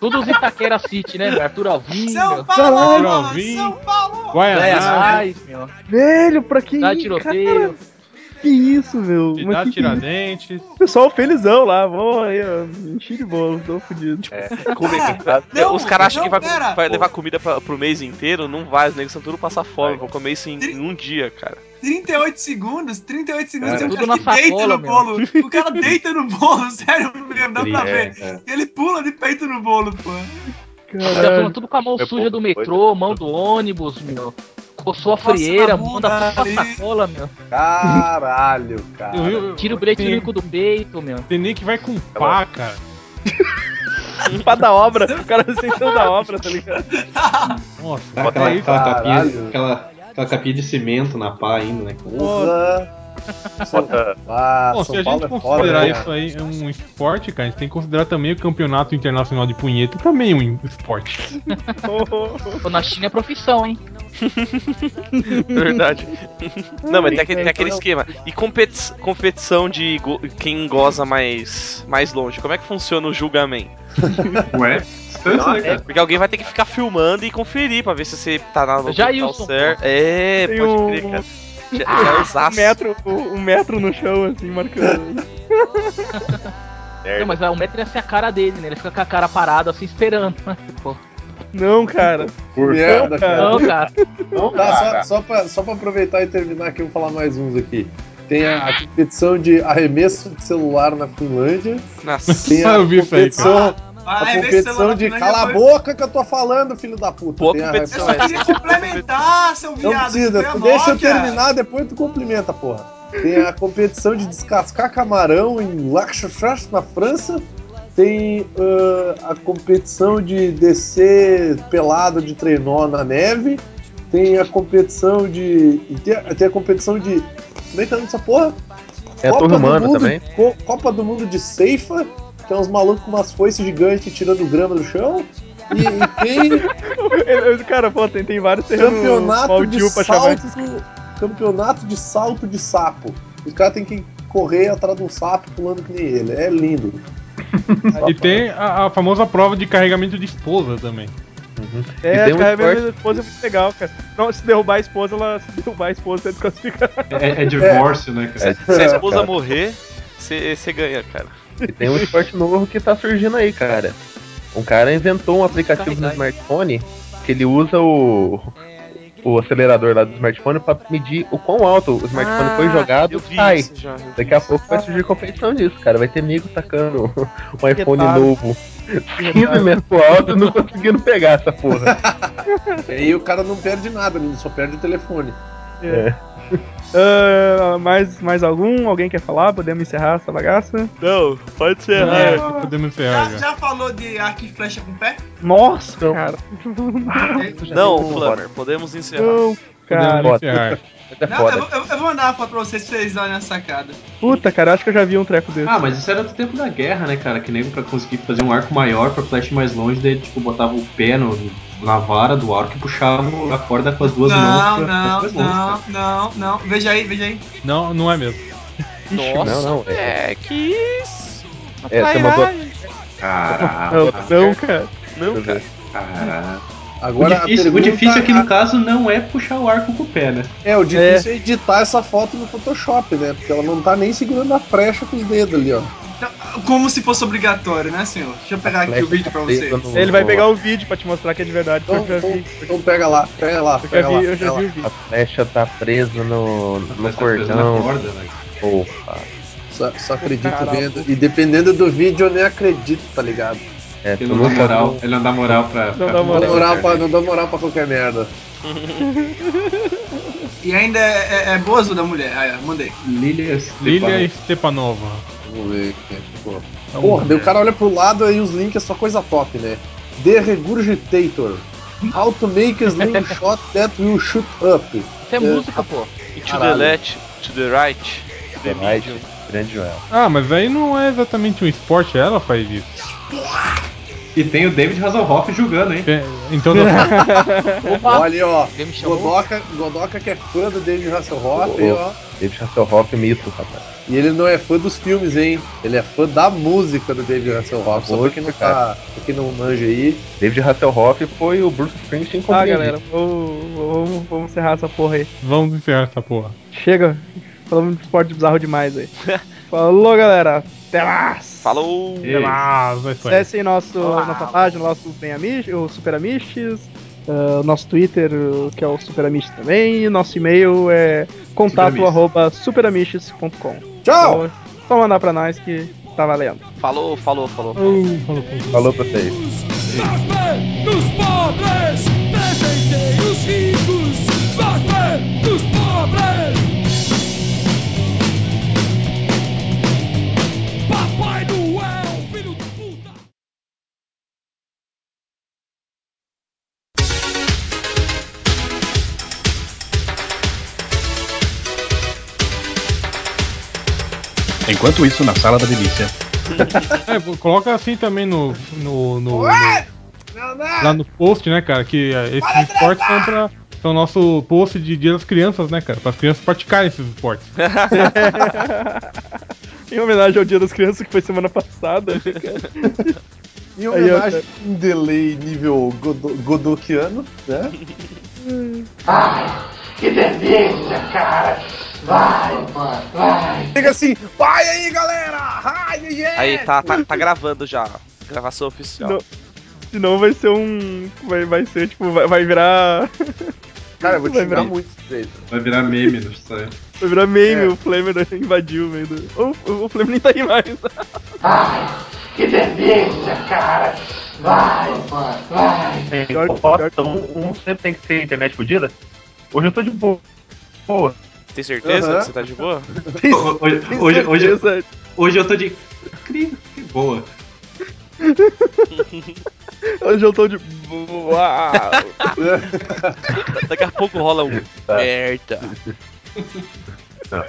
M: Todos os Itaquera City, né? meu? Arthur Alvim, meu.
I: Caralho, Alvim, Guaianazes,
M: Goiás, meu.
F: Velho, pra que
M: Dá
F: isso,
M: tiroteio.
F: cara? Que isso, meu? Mas
I: dá
F: que-
I: Tiradentes.
F: Pessoal felizão lá, vou aí, ó, enchi de bolo, tô fudido.
I: É,
C: Ah, Não,
A: é, Os caras acham
C: não,
A: que vai,
C: pera.
A: vai levar comida pra, pro mês inteiro, não vai, os negros são tudo passar fome, vão comer isso em, em um dia, cara.
C: 38 segundos, 38 segundos,
F: É
A: Cara,
C: tem um
A: tudo
C: cara que
A: na
C: deita
A: sacola,
C: no bolo.
F: [laughs]
C: O cara deita no bolo, sério mesmo, dá pra
M: É,
C: ver. Ele pula de peito no bolo, pô.
M: Já falando tá tudo com a mão suja do metrô, mão do ônibus, meu. Coçou a frieira, mão da sua sacola, meu.
D: Caralho, cara.
M: Tira o bilhete único do peito, meu.
I: Tem nem que vai com pá, cara.
F: Pá da obra,
C: [laughs]
F: o cara sentou da obra, tá ligado?
I: Nossa,
E: Tá aquela,
I: aí,
E: aquela capinha,
D: caralho.
E: aquela, aquela capinha de cimento na pá ainda, né?
D: Porra. Ah,
I: Bom,
D: São
I: se a
D: Paulo
I: gente
D: é foda,
I: considerar
D: né,
I: isso
D: cara?
I: aí um esporte, cara, a gente tem que considerar também o campeonato internacional de punheta também um esporte.
M: Pô, na China é profissão, hein?
A: Verdade. Não, mas tem aquele, tem
M: então
A: aquele esquema. E competi- competição de go- quem goza mais, mais longe, como é que funciona o julgamento?
E: Ué?
A: Não, é, porque alguém vai ter que ficar filmando e conferir pra ver se você tá na no local
F: Jailson.
A: certo. É,
F: Tem
A: pode
F: um-
A: crer, cara. Já, já é
F: um,
A: usaço.
F: metro, um, um metro no chão, assim, marcando.
M: Não, mas ah, o metro ia ser a cara dele, né? Ele fica com a cara parada, assim, esperando, né? Pô.
F: Não, cara. [laughs]
D: Por merda, cara.
M: Não, cara.
D: Tá, só, só, pra, só pra aproveitar e terminar aqui, eu vou falar mais uns aqui. Tem a, a competição de arremesso de celular na Finlândia.
A: [laughs] Nossa.
D: Tem a
I: Eu vi isso aí,
D: competição,
C: Ah,
D: a
C: arremesso de celular
D: competição
C: na
D: de
C: Finlândia
D: cala a
C: foi-
D: boca que eu tô falando, filho da puta.
A: Boa
D: Tem a-
C: Eu só queria complementar, Ah, seu
D: Não
C: viado. é
D: precisa,
C: foi a
D: tu deixa eu
C: Nokia.
D: terminar, depois tu cumprimenta, porra. Tem a competição de descascar camarão em Lachachach, na França. Tem ah, a competição de descer pelado de trenó na neve. Tem a competição de. e Tem a, tem a competição de. Como é que é o nome dessa porra?
J: É a Torre Humana
D: mundo,
J: também.
D: Co- Copa do Mundo de Ceifa. Tem uns malucos com umas foices gigantes tirando grama do chão. E, e tem.
F: Ele- ele- cara, pô, tem, tem vários
J: [laughs]
F: terrenos
D: Campeonato de
F: baldio pra chamar
D: salto, campeonato de salto de sapo. Os caras têm que correr atrás de um sapo pulando que nem ele. É lindo.
J: [laughs]
I: E tem a, a famosa prova de carregamento de esposa também.
F: É,
I: E tem um
F: cara, minha
I: esporte-
F: esposa é muito legal, cara. Não, se derrubar a esposa, ela se derrubar a esposa, você é desclassificado. [laughs]
E: É, é divórcio, né,
J: É,
E: cara?
A: Se a esposa morrer, você você ganha, cara.
J: E tem um esporte novo que tá surgindo aí, cara. Um cara inventou um aplicativo no smartphone que ele usa o, o acelerador lá do smartphone pra medir o quão alto o smartphone
A: Ah,
J: foi jogado
A: eu
J: e
A: vi
J: sai.
A: isso já, Ah, tá. eu vi
J: Daqui a pouco vai surgir competição disso, cara. Vai ter nego tacando [laughs] um iPhone
D: Retado.
J: novo 15 metros alto e não conseguindo pegar essa porra.
D: E aí o cara não perde nada, ele só perde o telefone.
J: É.
F: Ah, mais, mais algum? Alguém quer falar? Podemos encerrar essa bagaça?
A: Não, pode né?
I: É, podemos encerrar
C: Já,
I: já.
C: já falou de arco e flecha com pé?
F: Nossa, cara.
A: Não, Flammer, podemos encerrar.
F: Não, cara.
A: um Podemos encerrar.
D: É
C: Não, eu, vou- eu- eu vou mandar uma foto pra vocês pra vocês olharem a sacada.
F: Puta, cara, acho que eu já vi um treco desse.
E: Ah, mas isso era do tempo da guerra, né, cara? Que nego pra conseguir fazer um arco maior pra flecha ir mais longe, daí tipo, botava o pé no, na vara do arco e puxava a corda com as duas
C: Não,
E: mãos.
C: não,
E: pra-
C: não, não, não. Veja aí, veja aí.
I: Não, não é mesmo.
A: Nossa,
J: Não, não,
A: é. que isso?
J: É, você mandou-
F: Não,
E: Caraca.
F: não, cara.
A: Não, cara.
D: Agora a
E: o difícil,
D: pergunta
E: o difícil aqui
D: a-
E: no caso não é puxar o arco com o pé, né?
D: É, o difícil é. editar essa foto no Photoshop, né? Porque ela não tá nem segurando a frecha com os dedos ali, ó.
C: Como se fosse obrigatório, né, senhor? Deixa eu pegar aqui o vídeo pra vocês.
F: Ele vai pegar o vídeo pra te mostrar que é de verdade.
D: tá Então,
F: porque eu já
D: então,
F: vi.
D: então pega lá, pega lá,
F: Eu
D: pega
F: já vi,
D: lá.
F: eu já
D: pega
F: vi o
D: lá.
F: vídeo.
J: A flecha tá presa no, no
E: tá na
J: cordão.
E: corda, né?
J: Porra.
D: Só, só acredito
F: Caralho.
D: vendo. E dependendo do vídeo, eu nem acredito, tá ligado?
J: É,
E: Ele
J: tu
E: não dá
J: nunca
E: moral, ele não dá moral pra.
F: Não dá
E: pra- né?
D: Não dá
F: moral.
D: moral pra, não dá moral pra qualquer merda.
C: E ainda é, é, é boa azul da mulher. Ah, é, mandei.
F: Tá,
E: Lilia
I: Lilia
E: Stepanov.
I: Stepanova.
D: Vamos ver
E: é
D: aqui. Pô.
I: Tá
D: Porra,
I: bom.
D: daí o cara olha pro lado aí os links é só coisa top, né? The Regurgitator. How to make a slingshot that will shoot up.
M: Isso é música, pô.
A: E to the
D: Caralho.
A: left, to the right, to the
J: Right.
A: medium.
J: Grande Joel.
I: Ah, mas aí não é exatamente um esporte, ela faz isso.
E: E tem o David Hasselhoff julgando, hein?
I: É, Então
D: [laughs]
E: [laughs]
I: dá
M: Opa!
D: Olha aí, ó.
M: Alguém me chamou?
D: Godoka, Godoka que é fã do David Hasselhoff, aí,
J: Ô, ô.
D: ó.
J: David Hasselhoff mito, rapaz.
D: E ele não é fã dos filmes, hein? Ele é fã da música do David Hasselhoff. Só pra quem não, tá, pra quem não manja aí.
J: David Hasselhoff foi o Bruce Springsteen
F: Tá,
J: compreendido.
F: galera, vamos, vamos, vamos encerrar essa porra aí.
I: Vamos encerrar essa porra.
F: Chega, falamos de esporte bizarro
I: [laughs]
F: demais aí. Falou, galera. Até mais.
A: Falou!
I: Sei lá, vai sair.
F: Acessem nosso, nossa página, nosso Bem Amish, o Super Amishes, ah, nosso Twitter, o- que é o Super Amish também, e nosso e-mail é contato
E: Superamish.
F: arroba superamishes.com.
D: Tchau!
F: Então, Só mandar pra nós que tá valendo.
A: Falou, falou, falou.
J: Falou pra vocês.
N: Batem nos pobres, defendem os ricos, batem nos pobres. Papai Noel, filho da puta.
G: Enquanto isso, na sala da delícia.
I: É, pô, coloca assim também no. no, no- lá no post, né, cara? Que é, esses esportes são pra. São nosso post de dia das crianças, né, cara? Para as crianças praticarem esses esportes.
F: Em homenagem ao Dia das Crianças, que foi semana passada.
D: Em
F: Aí, ó.
D: homenagem a um delay nível godo godokiano, né? Fica assim, vai aí galera! Ai, yeah!
A: Aí, tá, tá, tá gravando já. Gravação oficial.
F: Não. Senão vai ser um. Vai, vai ser tipo, vai, vai virar.
D: Cara, eu vou te
F: Vai virar
D: xingar muito estreito.
E: Vai virar meme, não sei.
F: Vai virar meme,
D: É.
F: o Flamer invadiu o meio do. O, o, o Flamer nem tá aí mais. [laughs] Pior-
J: Bota um, um sempre tem que ser internet fodida. Hoje eu tô de boa. Boa.
A: Tem certeza
D: Aham.
A: que você tá de boa?
E: Hoje, hoje, hoje,
F: é Certeza.
E: hoje eu tô de. Cri, que boa.
F: [laughs] Hoje eu tô
A: [laughs]
F: de boa.
A: Ah, Daqui a pouco rola um.
J: Tá.
A: Merda.
E: Tá.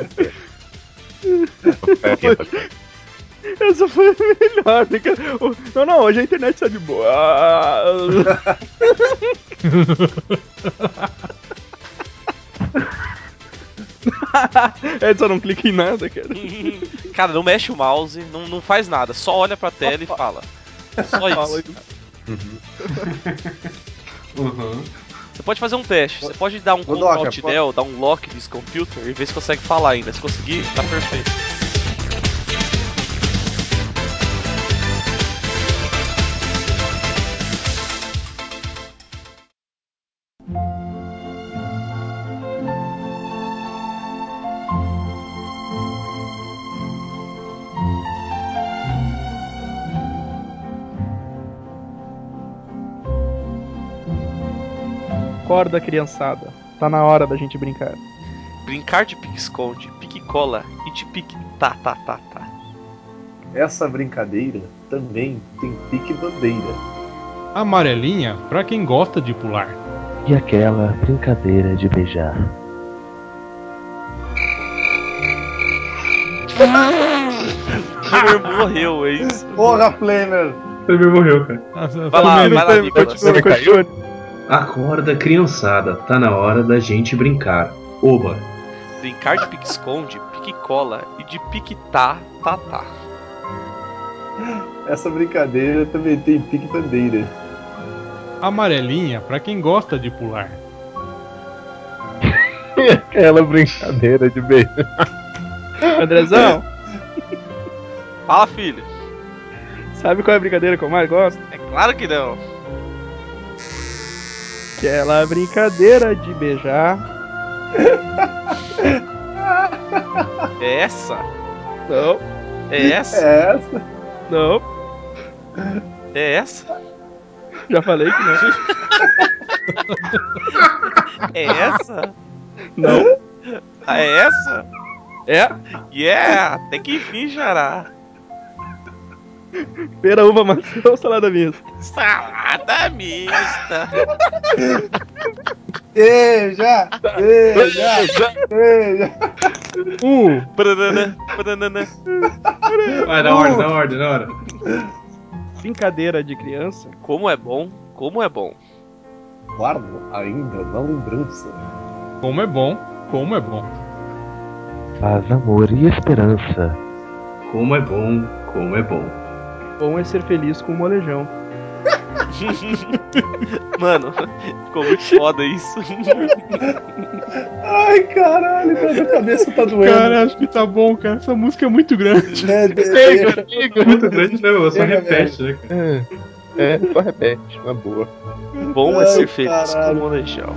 F: É, [laughs] Essa foi a melhor. né, cara? O- Não, não, hoje a internet tá de [laughs] boa. Edson, É, não clica em nada, cara.
A: Cara, não mexe o mouse, não, não faz nada, só olha pra tela e fala. Só
F: Fala
A: isso.
F: aí.
J: [laughs]
E: Uhum.
A: Você pode fazer um teste, você pode dar um
D: Ô,
A: Ctrl
D: Doca,
A: Alt
D: pode-
A: Del, dar um lock desse computer e ver se consegue falar ainda. Se conseguir, tá perfeito.
F: Acorda, criançada. Tá na hora da gente brincar.
A: Brincar de pique-esconde, pique-cola e de pique-tá-tá-tá-tá.
D: Essa brincadeira também tem pique-bandeira.
A: [laughs]
I: Amarelinha pra quem gosta de pular.
H: E aquela brincadeira de beijar.
A: Kramer morreu, é isso.
D: Porra, Flamer!
E: Ele morreu, cara.
A: Vai lá, vai lá, Nicolas.
E: Você caiu? Acorda, criançada. Tá na hora da gente brincar. Oba.
A: Brincar de pique-esconde, pique-cola e de pique-tá-tá-tá.
D: Essa brincadeira também tem pique-bandeira.
I: Amarelinha pra quem gosta de pular.
H: E aquela brincadeira de beijar.
F: Andrezão,
A: Fala, filho.
F: [laughs] sabe qual é a brincadeira que eu mais gosto?
A: É claro que não.
F: Aquela brincadeira de beijar.
E: [laughs]
A: É essa?
F: Não,
A: É essa?
D: É essa?
F: não,
A: É essa?
F: já falei que não.
A: É essa?
F: Não,
A: Ah, É essa?
F: é
A: Yeah! Tem que vir, Xará.
F: pera, uva, [laughs] maçã ou salada mista?
A: Salada mista.
C: Beija! Beija!
F: [laughs]
C: Beija!
F: Um.
I: Uh,
A: Banana, banana.
E: Vai, na hora, na hora, na hora.
F: Brincadeira de criança?
A: Como é bom, como é bom.
D: Guardo ainda na lembrança.
I: como é bom, como é bom.
H: Faz amor e esperança.
E: Como é bom, como é bom.
F: Bom é ser feliz com o molejão.
A: Mano, [laughs] ficou muito foda isso.
D: [laughs] Ai, caralho, minha cabeça tá doendo.
I: Cara, acho que tá bom, cara. Essa música é muito grande.
D: É, de- deixa-
E: Muito grande, né,
A: É,
E: meu? Só
D: Chega,
E: repete, né, cara?
H: É, só repete, uma boa.
A: Bom é
D: Ai,
A: ser feliz é
D: [laughs]
A: com
D: caralho.
A: o molejão.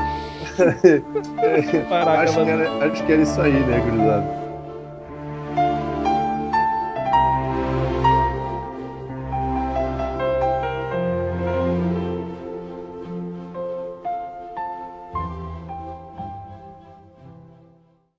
D: acho, que era, acho que era isso aí, né, gurizada?